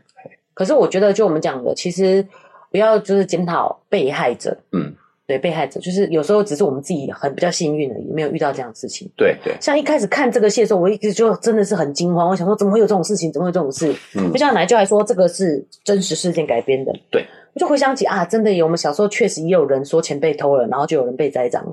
Speaker 1: 可是我觉得，就我们讲的，其实不要就是检讨被害者，
Speaker 2: 嗯，
Speaker 1: 对被害者，就是有时候只是我们自己很比较幸运而已，没有遇到这样的事情。
Speaker 2: 对对，
Speaker 1: 像一开始看这个戏的时候，我一直就真的是很惊慌，我想说怎么会有这种事情，怎么会有这种事？
Speaker 2: 嗯
Speaker 1: 就像奶舅还说这个是真实事件改编的，
Speaker 2: 对，
Speaker 1: 我就回想起啊，真的有我们小时候确实也有人说钱被偷了，然后就有人被栽赃，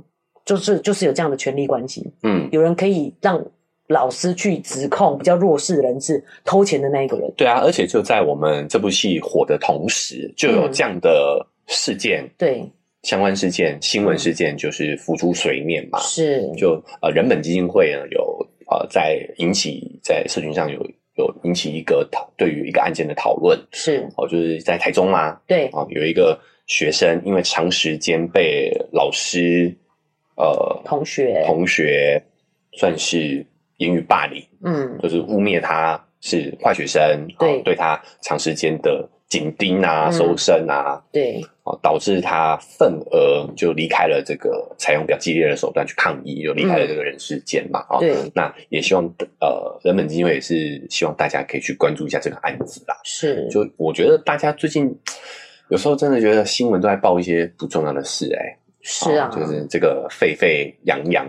Speaker 1: 就是就是有这样的权利关系，
Speaker 2: 嗯，
Speaker 1: 有人可以让老师去指控比较弱势的人是偷钱的那一个人，
Speaker 2: 对啊，而且就在我们这部戏火的同时，就有这样的事件、
Speaker 1: 对，
Speaker 2: 相关事件、新闻事件，就是浮出水面嘛。
Speaker 1: 是，
Speaker 2: 就呃，人本基金会呢有呃，在引起在社群上有有引起一个讨对于一个案件的讨论
Speaker 1: 是
Speaker 2: 哦，就是在台中嘛，
Speaker 1: 对，
Speaker 2: 啊、有一个学生因为长时间被老师呃
Speaker 1: 同学，
Speaker 2: 同学算是言语霸凌，
Speaker 1: 嗯，
Speaker 2: 就是污蔑他是坏学生，
Speaker 1: 对
Speaker 2: 啊对他长时间的紧盯啊、
Speaker 1: 嗯
Speaker 2: 搜身啊，
Speaker 1: 对，
Speaker 2: 哦，导致他份额就离开了这个，采用比较激烈的手段去抗议，就离开了这个人世间嘛，啊、
Speaker 1: 嗯对，
Speaker 2: 那也希望呃，人本基金会也是希望大家可以去关注一下这个案子啦。
Speaker 1: 是，
Speaker 2: 就我觉得大家最近有时候真的觉得新闻都在报一些不重要的事、哎，
Speaker 1: 是啊，
Speaker 2: 哦就是这个沸沸扬扬，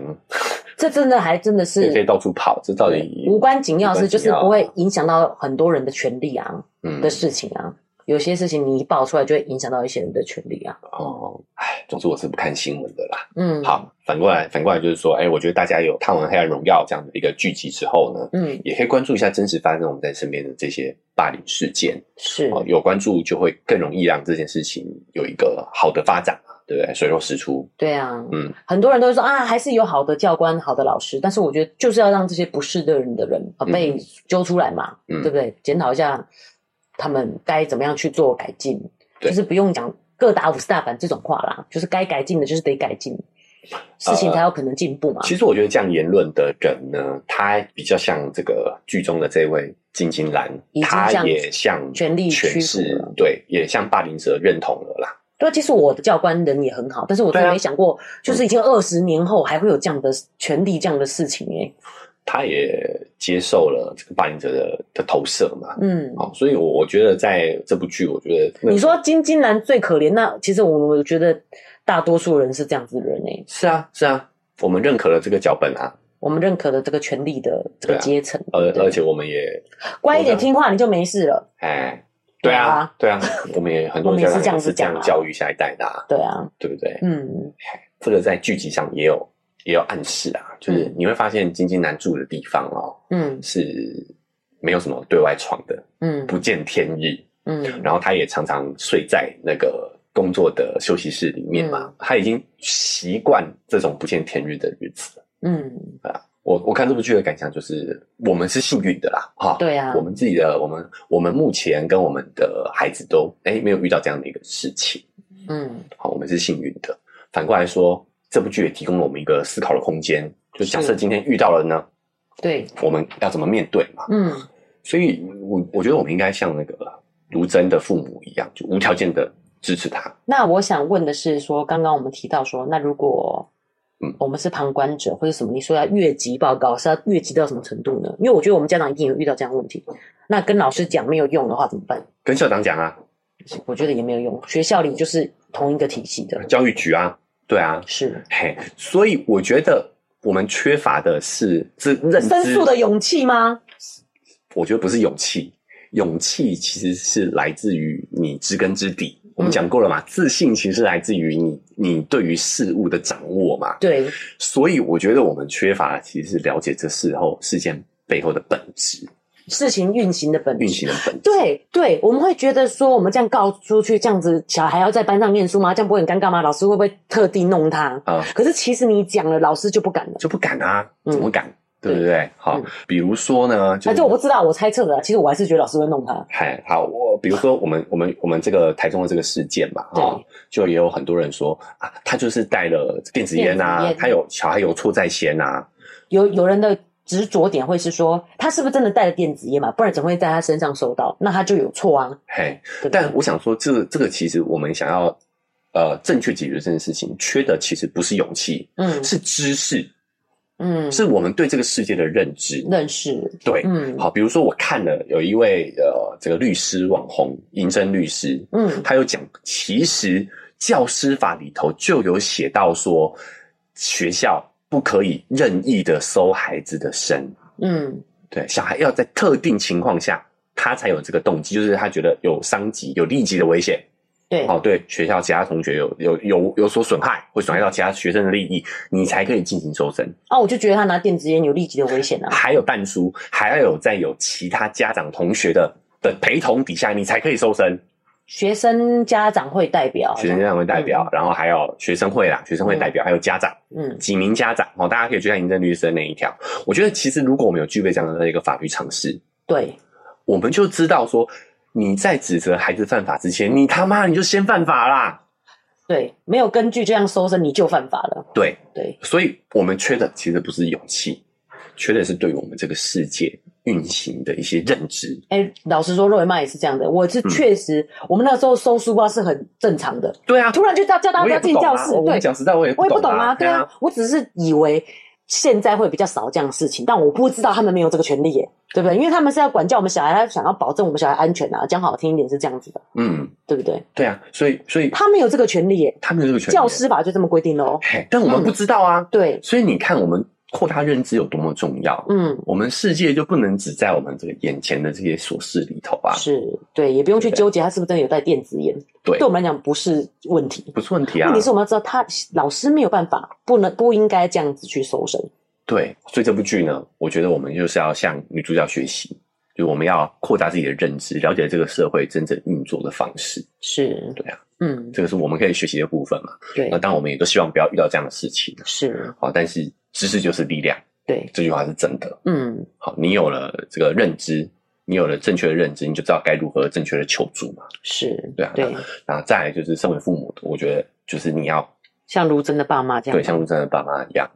Speaker 1: 这真的还真的
Speaker 2: 沸沸
Speaker 1: 是。
Speaker 2: 到处跑，这到
Speaker 1: 对
Speaker 2: 底
Speaker 1: 无关紧要的事，就是
Speaker 2: 无关紧要啊
Speaker 1: 不会影响到很多人的权利啊。
Speaker 2: 嗯
Speaker 1: 的事情啊。有些事情你一爆出来，就会影响到一些人的权利啊。
Speaker 2: 哦，哎，总之我是不看新闻的啦。
Speaker 1: 嗯，，
Speaker 2: 好，反过来，反过来就是说，哎，我觉得大家有看完《黑暗荣耀》这样的一个剧集之后呢，
Speaker 1: 嗯，
Speaker 2: 也可以关注一下真实发生我们在身边的这些霸凌事件。
Speaker 1: 是，
Speaker 2: 哦，有关注就会更容易让这件事情有一个好的发展嘛，对不对？水落石出。
Speaker 1: 对啊，
Speaker 2: 嗯，
Speaker 1: 很多人都会说啊，还是有好的教官、好的老师，但是我觉得就是要让这些不是的人的人啊
Speaker 2: 嗯
Speaker 1: 被揪出来嘛，
Speaker 2: 嗯
Speaker 1: 对不对？检讨一下他们该怎么样去做改进，
Speaker 2: 对
Speaker 1: 就是不用讲各打五十大板这种话啦，就是该改进的就是得改进，事情才有可能进步嘛。
Speaker 2: 呃其实我觉得这样言论的人呢，他比较像这个剧中的这位金金兰
Speaker 1: 已，经
Speaker 2: 他
Speaker 1: 向
Speaker 2: 也像
Speaker 1: 权力屈
Speaker 2: 权
Speaker 1: 服
Speaker 2: 势
Speaker 1: 了，
Speaker 2: 对，也向霸凌者认同了啦。
Speaker 1: 对啊，其实我的教官人也很好，但是我真
Speaker 2: 对
Speaker 1: 的
Speaker 2: 啊嗯
Speaker 1: 没想过，就是已经二十年后还会有这样的权利、这样的事情哎、
Speaker 2: 他也接受了这个霸凌者的的投射嘛。
Speaker 1: 嗯，
Speaker 2: 好、所以我我觉得在这部剧，我觉得那个
Speaker 1: 你说金金兰最可怜，那其实我我觉得大多数人是这样子的人诶、
Speaker 2: 是啊是啊，我们认可了这个脚本啊，
Speaker 1: 我们认可了这个权利的这个
Speaker 2: 对啊
Speaker 1: 阶层，
Speaker 2: 而
Speaker 1: 对
Speaker 2: 而且我们也
Speaker 1: 乖一点
Speaker 2: 我的
Speaker 1: 听话你就没事了。
Speaker 2: 哎，对啊对啊，我们也很
Speaker 1: 我
Speaker 2: 多
Speaker 1: 们也
Speaker 2: 家
Speaker 1: 是这
Speaker 2: 长
Speaker 1: 样
Speaker 2: 也
Speaker 1: 子
Speaker 2: 是这
Speaker 1: 讲啊
Speaker 2: 样教育下一代的、啊，
Speaker 1: 对啊，
Speaker 2: 对不对？
Speaker 1: 嗯，
Speaker 2: 这个在剧集上也有也有暗示啊，就是
Speaker 1: 嗯
Speaker 2: 你会发现金金南住的地方哦
Speaker 1: 嗯
Speaker 2: 是没有什么对外窗的，
Speaker 1: 嗯
Speaker 2: 不见天日。
Speaker 1: 嗯，
Speaker 2: 然后他也常常睡在那个工作的休息室里面嘛，
Speaker 1: 嗯
Speaker 2: 他已经习惯这种不见天日的日子了。
Speaker 1: 嗯，
Speaker 2: 我我看这部剧的感想就是，我们是幸运的啦，哈、
Speaker 1: 对啊
Speaker 2: 我，们自己的，我们我们目前跟我们的孩子都哎没有遇到这样的一个事情，
Speaker 1: 嗯
Speaker 2: 好，我们是幸运的。反过来说，这部剧也提供了我们一个思考的空间，就假设
Speaker 1: 是
Speaker 2: 今天遇到了呢，
Speaker 1: 对，
Speaker 2: 我们要怎么面对嘛？
Speaker 1: 嗯
Speaker 2: 所以我我觉得我们应该像那个卢真的父母一样，就无条件的支持他。
Speaker 1: 那我想问的是说，刚刚我们提到说，那如果
Speaker 2: 嗯
Speaker 1: 我们是旁观者或者什么，你说要越级报告是要越级到什么程度呢？因为我觉得我们家长一定有遇到这样的问题。那跟老师讲没有用的话怎么办？
Speaker 2: 跟校长讲啊，
Speaker 1: 我觉得也没有用，学校里就是同一个体系的，
Speaker 2: 教育局啊，对啊，
Speaker 1: 是
Speaker 2: 嘿，所以我觉得我们缺乏的是是认知
Speaker 1: 申诉的勇气吗？
Speaker 2: 我觉得不是勇气，勇气其实是来自于你知根知底。我
Speaker 1: 嗯
Speaker 2: 们讲过了嘛，自信其实来自于你你对于事物的掌握嘛。
Speaker 1: 对，
Speaker 2: 所以我觉得我们缺乏的其实是了解这事后事件背后的本质、
Speaker 1: 事情运行的本
Speaker 2: 运
Speaker 1: 质。
Speaker 2: 行的本质。
Speaker 1: 对对，我们会觉得说，我们这样告出去，这样子小孩要在班上念书吗？这样不会很尴尬吗？老师会不会特地弄他？
Speaker 2: 啊、
Speaker 1: 可是其实你讲了，老师就不敢了。
Speaker 2: 就不敢啊，
Speaker 1: 嗯
Speaker 2: 怎么敢？对不对？好
Speaker 1: 嗯，
Speaker 2: 比如说呢，就
Speaker 1: 啊，
Speaker 2: 是
Speaker 1: 这我不知道，我猜测的啊。其实我还是觉得老师会弄他。
Speaker 2: 嗨，好，我比如说我们我们我们这个台中的这个事件嘛，
Speaker 1: 对
Speaker 2: 哦，就也有很多人说啊，他就是带了电子烟
Speaker 1: 电子
Speaker 2: 啊
Speaker 1: 烟，
Speaker 2: 他有小孩有错在先啊，
Speaker 1: 有有人的执着点会是说，他是不是真的带了电子烟嘛？不然怎么会在他身上收到？那他就有错啊，
Speaker 2: 嘿，
Speaker 1: 对不对
Speaker 2: 但？我想说，这个这个其实我们想要呃正确解决这件事情，缺的其实不是勇气，
Speaker 1: 嗯
Speaker 2: 是知识，
Speaker 1: 嗯，
Speaker 2: 是我们对这个世界的认知。
Speaker 1: 认识，
Speaker 2: 对，
Speaker 1: 嗯
Speaker 2: 好，比如说我看了有一位呃这个律师网红银针律师，
Speaker 1: 嗯
Speaker 2: 他有讲，其实教师法里头就有写到说，学校不可以任意的搜孩子的身，
Speaker 1: 嗯
Speaker 2: 对，小孩要在特定情况下，他才有这个动机，就是他觉得有伤及、有立即的危险，
Speaker 1: 对，
Speaker 2: 哦，对学校其他同学有有有有所损害，会损害到其他学生的利益，你才可以进行搜身。
Speaker 1: 啊，我就觉得他拿电子烟有立即的危险啊，
Speaker 2: 还有弹书，还要有在有其他家长同学的的陪同底下，你才可以搜身。
Speaker 1: 学生家长会代表，
Speaker 2: 学生家长会代表，然后还有学生会啦，学生会代表，还有家长。
Speaker 1: 嗯
Speaker 2: 几名家长哦，大家可以去看银证律师的那一条。我觉得其实如果我们有具备这样的一个法律常识，
Speaker 1: 对，
Speaker 2: 我们就知道说，你在指责孩子犯法之前，你他妈你就先犯法啦。
Speaker 1: 对，没有根据这样搜身你就犯法了，
Speaker 2: 对，
Speaker 1: 对，
Speaker 2: 所以我们缺的其实不是勇气，缺的是对我们这个世界运行的一些认知。
Speaker 1: 哎，老实说，肉圆妈也是这样的，我是
Speaker 2: 嗯
Speaker 1: 确实，我们那时候搜书包是很正常的，
Speaker 2: 对啊，
Speaker 1: 突然就叫叫大
Speaker 2: 我
Speaker 1: 家
Speaker 2: 也
Speaker 1: 进
Speaker 2: 不懂
Speaker 1: 教
Speaker 2: 啊
Speaker 1: 室，
Speaker 2: 我我
Speaker 1: 对，
Speaker 2: 讲实在，我也
Speaker 1: 我也不懂
Speaker 2: 懂
Speaker 1: 啊，对啊，，我只是以为现在会比较少这样的事情，但我不知道他们没有这个权利耶，对不对？因为他们是要管教我们小孩，他想要保证我们小孩安全啊，讲好听一点是这样子的，
Speaker 2: 嗯，
Speaker 1: 对不对？
Speaker 2: 对啊，所以所以
Speaker 1: 他们有这个权利耶，
Speaker 2: 他们有这个权利
Speaker 1: 教，师嗯法就这么规定喽。
Speaker 2: 嘿，但我们不知道啊。
Speaker 1: 对，
Speaker 2: 所以你看，我们扩大认知有多么重要。
Speaker 1: 嗯，
Speaker 2: 我们世界就不能只在我们这个眼前的这些琐事里头啊，
Speaker 1: 是对，也不用去
Speaker 2: 对
Speaker 1: 纠结他是不是真的有带电子烟，
Speaker 2: 对
Speaker 1: 对我们来讲不是问题。
Speaker 2: 不是问题啊
Speaker 1: 问题。是我们要知道他，老师没有办法，不能不应该这样子去搜身。
Speaker 2: 对，所以这部剧呢，我觉得我们就是要向女主角学习，就我们要扩大自己的认知，了解这个社会真正运作的方式。
Speaker 1: 是，
Speaker 2: 对啊，
Speaker 1: 嗯，
Speaker 2: 这个是我们可以学习的部分嘛。
Speaker 1: 对
Speaker 2: 那，当然，我们也都希望不要遇到这样的事情啊。
Speaker 1: 是，
Speaker 2: 好，但是知识就是力量，
Speaker 1: 对，
Speaker 2: 这句话是真的。
Speaker 1: 嗯，
Speaker 2: 好，你有了这个认知，你有了正确的认知，你就知道该如何正确的求助嘛。
Speaker 1: 是，
Speaker 2: 对啊
Speaker 1: 对，
Speaker 2: 那再来就是身为父母，我觉得就是你要
Speaker 1: 像卢真的爸妈这样，
Speaker 2: 对，像陆真的爸妈一样，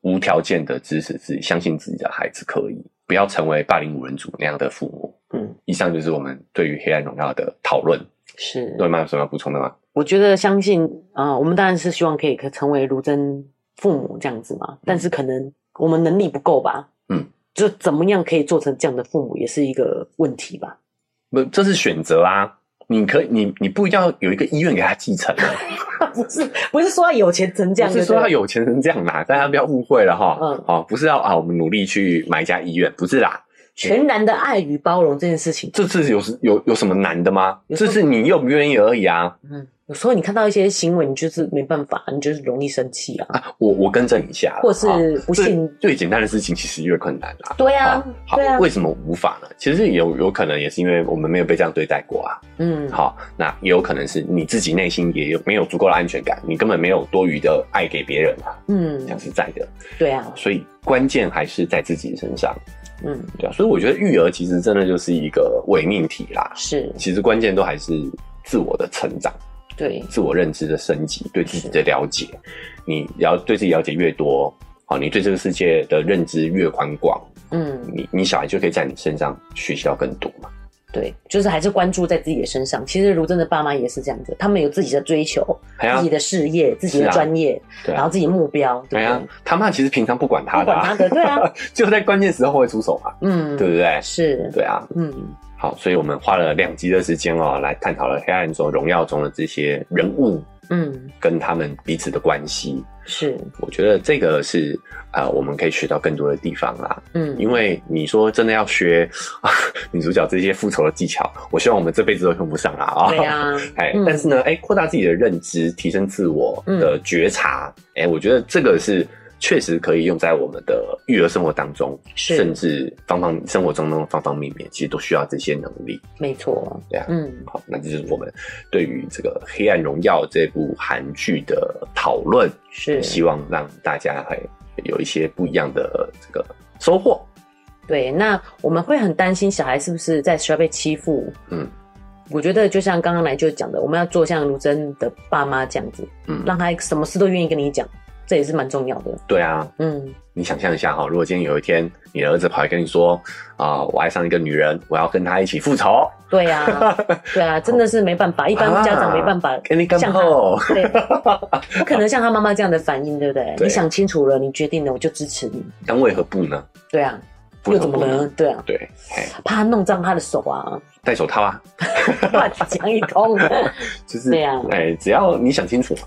Speaker 2: 无条件的支持自己，相信自己的孩子可以，不要成为霸凌五人组那样的父母。
Speaker 1: 嗯，
Speaker 2: 以上就是我们对于《黑暗荣耀》的讨论。
Speaker 1: 是，
Speaker 2: 对吗？有什么要补充的吗？
Speaker 1: 我觉得相信，呃，我们当然是希望可以嗯可成为卢真父母这样子嘛，但是可能我们能力不够吧，
Speaker 2: 嗯，
Speaker 1: 就怎么样可以做成这样的父母，也是一个问题吧。
Speaker 2: 不，这是选择啊。你可以你你不一定要有一个医院给他继承啊，
Speaker 1: 不是不是说要有钱成这样，
Speaker 2: 不是说要有钱成这样啦，大家不要误会了哈。
Speaker 1: 嗯
Speaker 2: 嗯，哦，不是要啊，我们努力去买一家医院，不是啦。
Speaker 1: 全然的爱与包容这件事情。
Speaker 2: 这次有是有有什么难的吗？
Speaker 1: 有
Speaker 2: 这是你愿不愿意而已啊！
Speaker 1: 嗯，有时候你看到一些行为，你就是没办法，你就是容易生气啊，
Speaker 2: 啊，我我更正一下啦，
Speaker 1: 或是
Speaker 2: 啊
Speaker 1: 不
Speaker 2: 最
Speaker 1: 信
Speaker 2: 最简单的事情其实越困难啦。
Speaker 1: 对啊
Speaker 2: 啊，好
Speaker 1: 对啊，
Speaker 2: 为什么无法呢？其实有有可能也是因为我们没有被这样对待过啊。
Speaker 1: 嗯，
Speaker 2: 好，那也有可能是你自己内心也有没有足够的安全感，你根本没有多余的爱给别人啊，
Speaker 1: 嗯
Speaker 2: 这，样是在的。
Speaker 1: 对啊，
Speaker 2: 所以关键还是在自己身上，
Speaker 1: 嗯，
Speaker 2: 对啊。所以我觉得育儿其实真的就是一个伪命题啦，
Speaker 1: 是
Speaker 2: 其实关键都还是自我的成长。
Speaker 1: 对，
Speaker 2: 自我认知的升级，对自己的了解，你了对自己了解越多，好，你对这个世界的认知越宽广，
Speaker 1: 嗯，
Speaker 2: 你你小孩就可以在你身上学习到更多嘛。
Speaker 1: 对，就是还是关注在自己的身上。其实如真的爸妈也是这样子，他们有自己的追求、
Speaker 2: 哎呀
Speaker 1: 自己，的事业、自己
Speaker 2: 是
Speaker 1: 的
Speaker 2: 啊
Speaker 1: 专业，
Speaker 2: 对
Speaker 1: 然后
Speaker 2: 啊，
Speaker 1: 自己的目标，对不
Speaker 2: 哎
Speaker 1: 对？
Speaker 2: 呀，他妈其实平常不管他
Speaker 1: 不
Speaker 2: 的、
Speaker 1: 管他
Speaker 2: 啊，
Speaker 1: 的，对啊，
Speaker 2: 就在关键时候会出手嘛，
Speaker 1: 嗯，
Speaker 2: 对不对？
Speaker 1: 是，
Speaker 2: 对啊，
Speaker 1: 嗯，
Speaker 2: 好，所以我们花了两集的时间哦，来探讨了《黑暗中荣耀》中的这些人物
Speaker 1: 嗯，
Speaker 2: 跟他们彼此的关系。
Speaker 1: 是，
Speaker 2: 我觉得这个是呃，我们可以学到更多的地方啦。
Speaker 1: 嗯，
Speaker 2: 因为你说真的要学 啊女主角这些复仇的技巧，我希望我们这辈子都用不上啦啊。
Speaker 1: 对啊，
Speaker 2: 哎
Speaker 1: 嗯，
Speaker 2: 但是呢，哎，扩大自己的认知，提升自我的觉察，哎、我觉得这个是确实可以用在我们的育儿生活当中，
Speaker 1: 是
Speaker 2: 甚至方方生活中的方方面面，其实都需要这些能力。
Speaker 1: 没错，
Speaker 2: 对啊
Speaker 1: 嗯，
Speaker 2: 好，那这就是我们对于这个《黑暗荣耀》这部韩剧的讨论，
Speaker 1: 是，
Speaker 2: 希望让大家还有一些不一样的这个收获。
Speaker 1: 对，那我们会很担心小孩是不是在学校被欺负。
Speaker 2: 嗯，
Speaker 1: 我觉得就像刚刚来就讲的，我们要做像如真的爸妈这样子，
Speaker 2: 嗯，
Speaker 1: 让他什么事都愿意跟你讲，这也是蛮重要的。
Speaker 2: 对啊，
Speaker 1: 嗯，
Speaker 2: 你想象一下哈、如果今天有一天你的儿子跑来跟你说啊、我爱上一个女人，我要跟她一起复仇，
Speaker 1: 对呀、 对啊，真的是没办法，一般家长没办法
Speaker 2: 给你干
Speaker 1: 像他
Speaker 2: 后，
Speaker 1: 对，不可能像他妈妈这样的反应，对不对？你
Speaker 2: 对
Speaker 1: 想清楚了，你决定了，我就支持你。
Speaker 2: 但为何不呢？
Speaker 1: 对啊，
Speaker 2: 不
Speaker 1: 又
Speaker 2: 能
Speaker 1: 怎么
Speaker 2: 不能
Speaker 1: 能？对啊，
Speaker 2: 对，嘿
Speaker 1: 怕他弄脏他的手啊，
Speaker 2: 戴手套啊，
Speaker 1: 乱讲一通。
Speaker 2: 就是
Speaker 1: 对啊
Speaker 2: 哎，只要你想清楚嘛，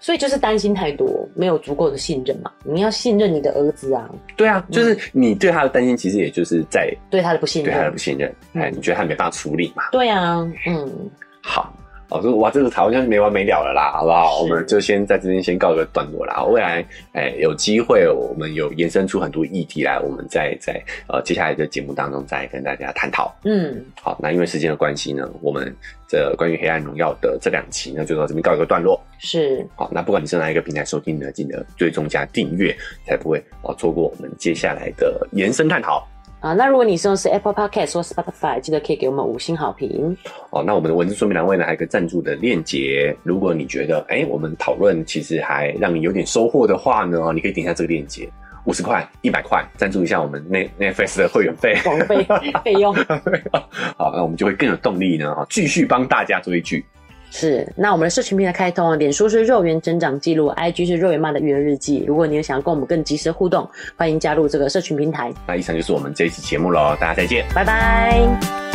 Speaker 1: 所以就是担心太多，没有足够的信任嘛。你要信任你的儿子啊，
Speaker 2: 对啊，就是你对他的担心，其实也就是在
Speaker 1: 对他的不信
Speaker 2: 对他的
Speaker 1: 任
Speaker 2: 不。信任，
Speaker 1: 嗯
Speaker 2: 哎，你觉得他没办法处理嘛？
Speaker 1: 对啊，嗯，
Speaker 2: 好。老师，哇，这个好像没完没了了啦，好不好？
Speaker 1: 是
Speaker 2: 我们就先在这边先告一个段落啦。未来，哎、有机会我们有延伸出很多议题来，我们再在呃接下来的节目当中再跟大家探讨。
Speaker 1: 嗯，
Speaker 2: 好，那因为时间的关系呢，我们这关于《黑暗荣耀》的这两期呢，就到这边告一个段落。
Speaker 1: 是，
Speaker 2: 好，那不管你是哪一个平台收听呢，记得追踪加订阅，才不会哦错过我们接下来的延伸探讨。
Speaker 1: 啊，那如果你是用是 Apple Podcast 或 Spotify，记得可以给我们五星好评。
Speaker 2: 哦，那我们的文字说明栏位呢，还有一个赞助的链接。如果你觉得哎、我们讨论其实还让你有点收获的话呢，你可以点一下这个链接，五十块、一百块，赞助一下我们 Net Netflix 的会员费。
Speaker 1: 广费费用
Speaker 2: 好，那我们就会更有动力呢，哈，继续帮大家追剧。
Speaker 1: 是，那我们的社群平台开通啊，脸书是肉圆增长记录，IG 是肉圆妈的育儿日记。如果你有想要跟我们更及时互动，欢迎加入这个社群平台。
Speaker 2: 那以上就是我们这一期节目喽，大家再见。
Speaker 1: 拜拜。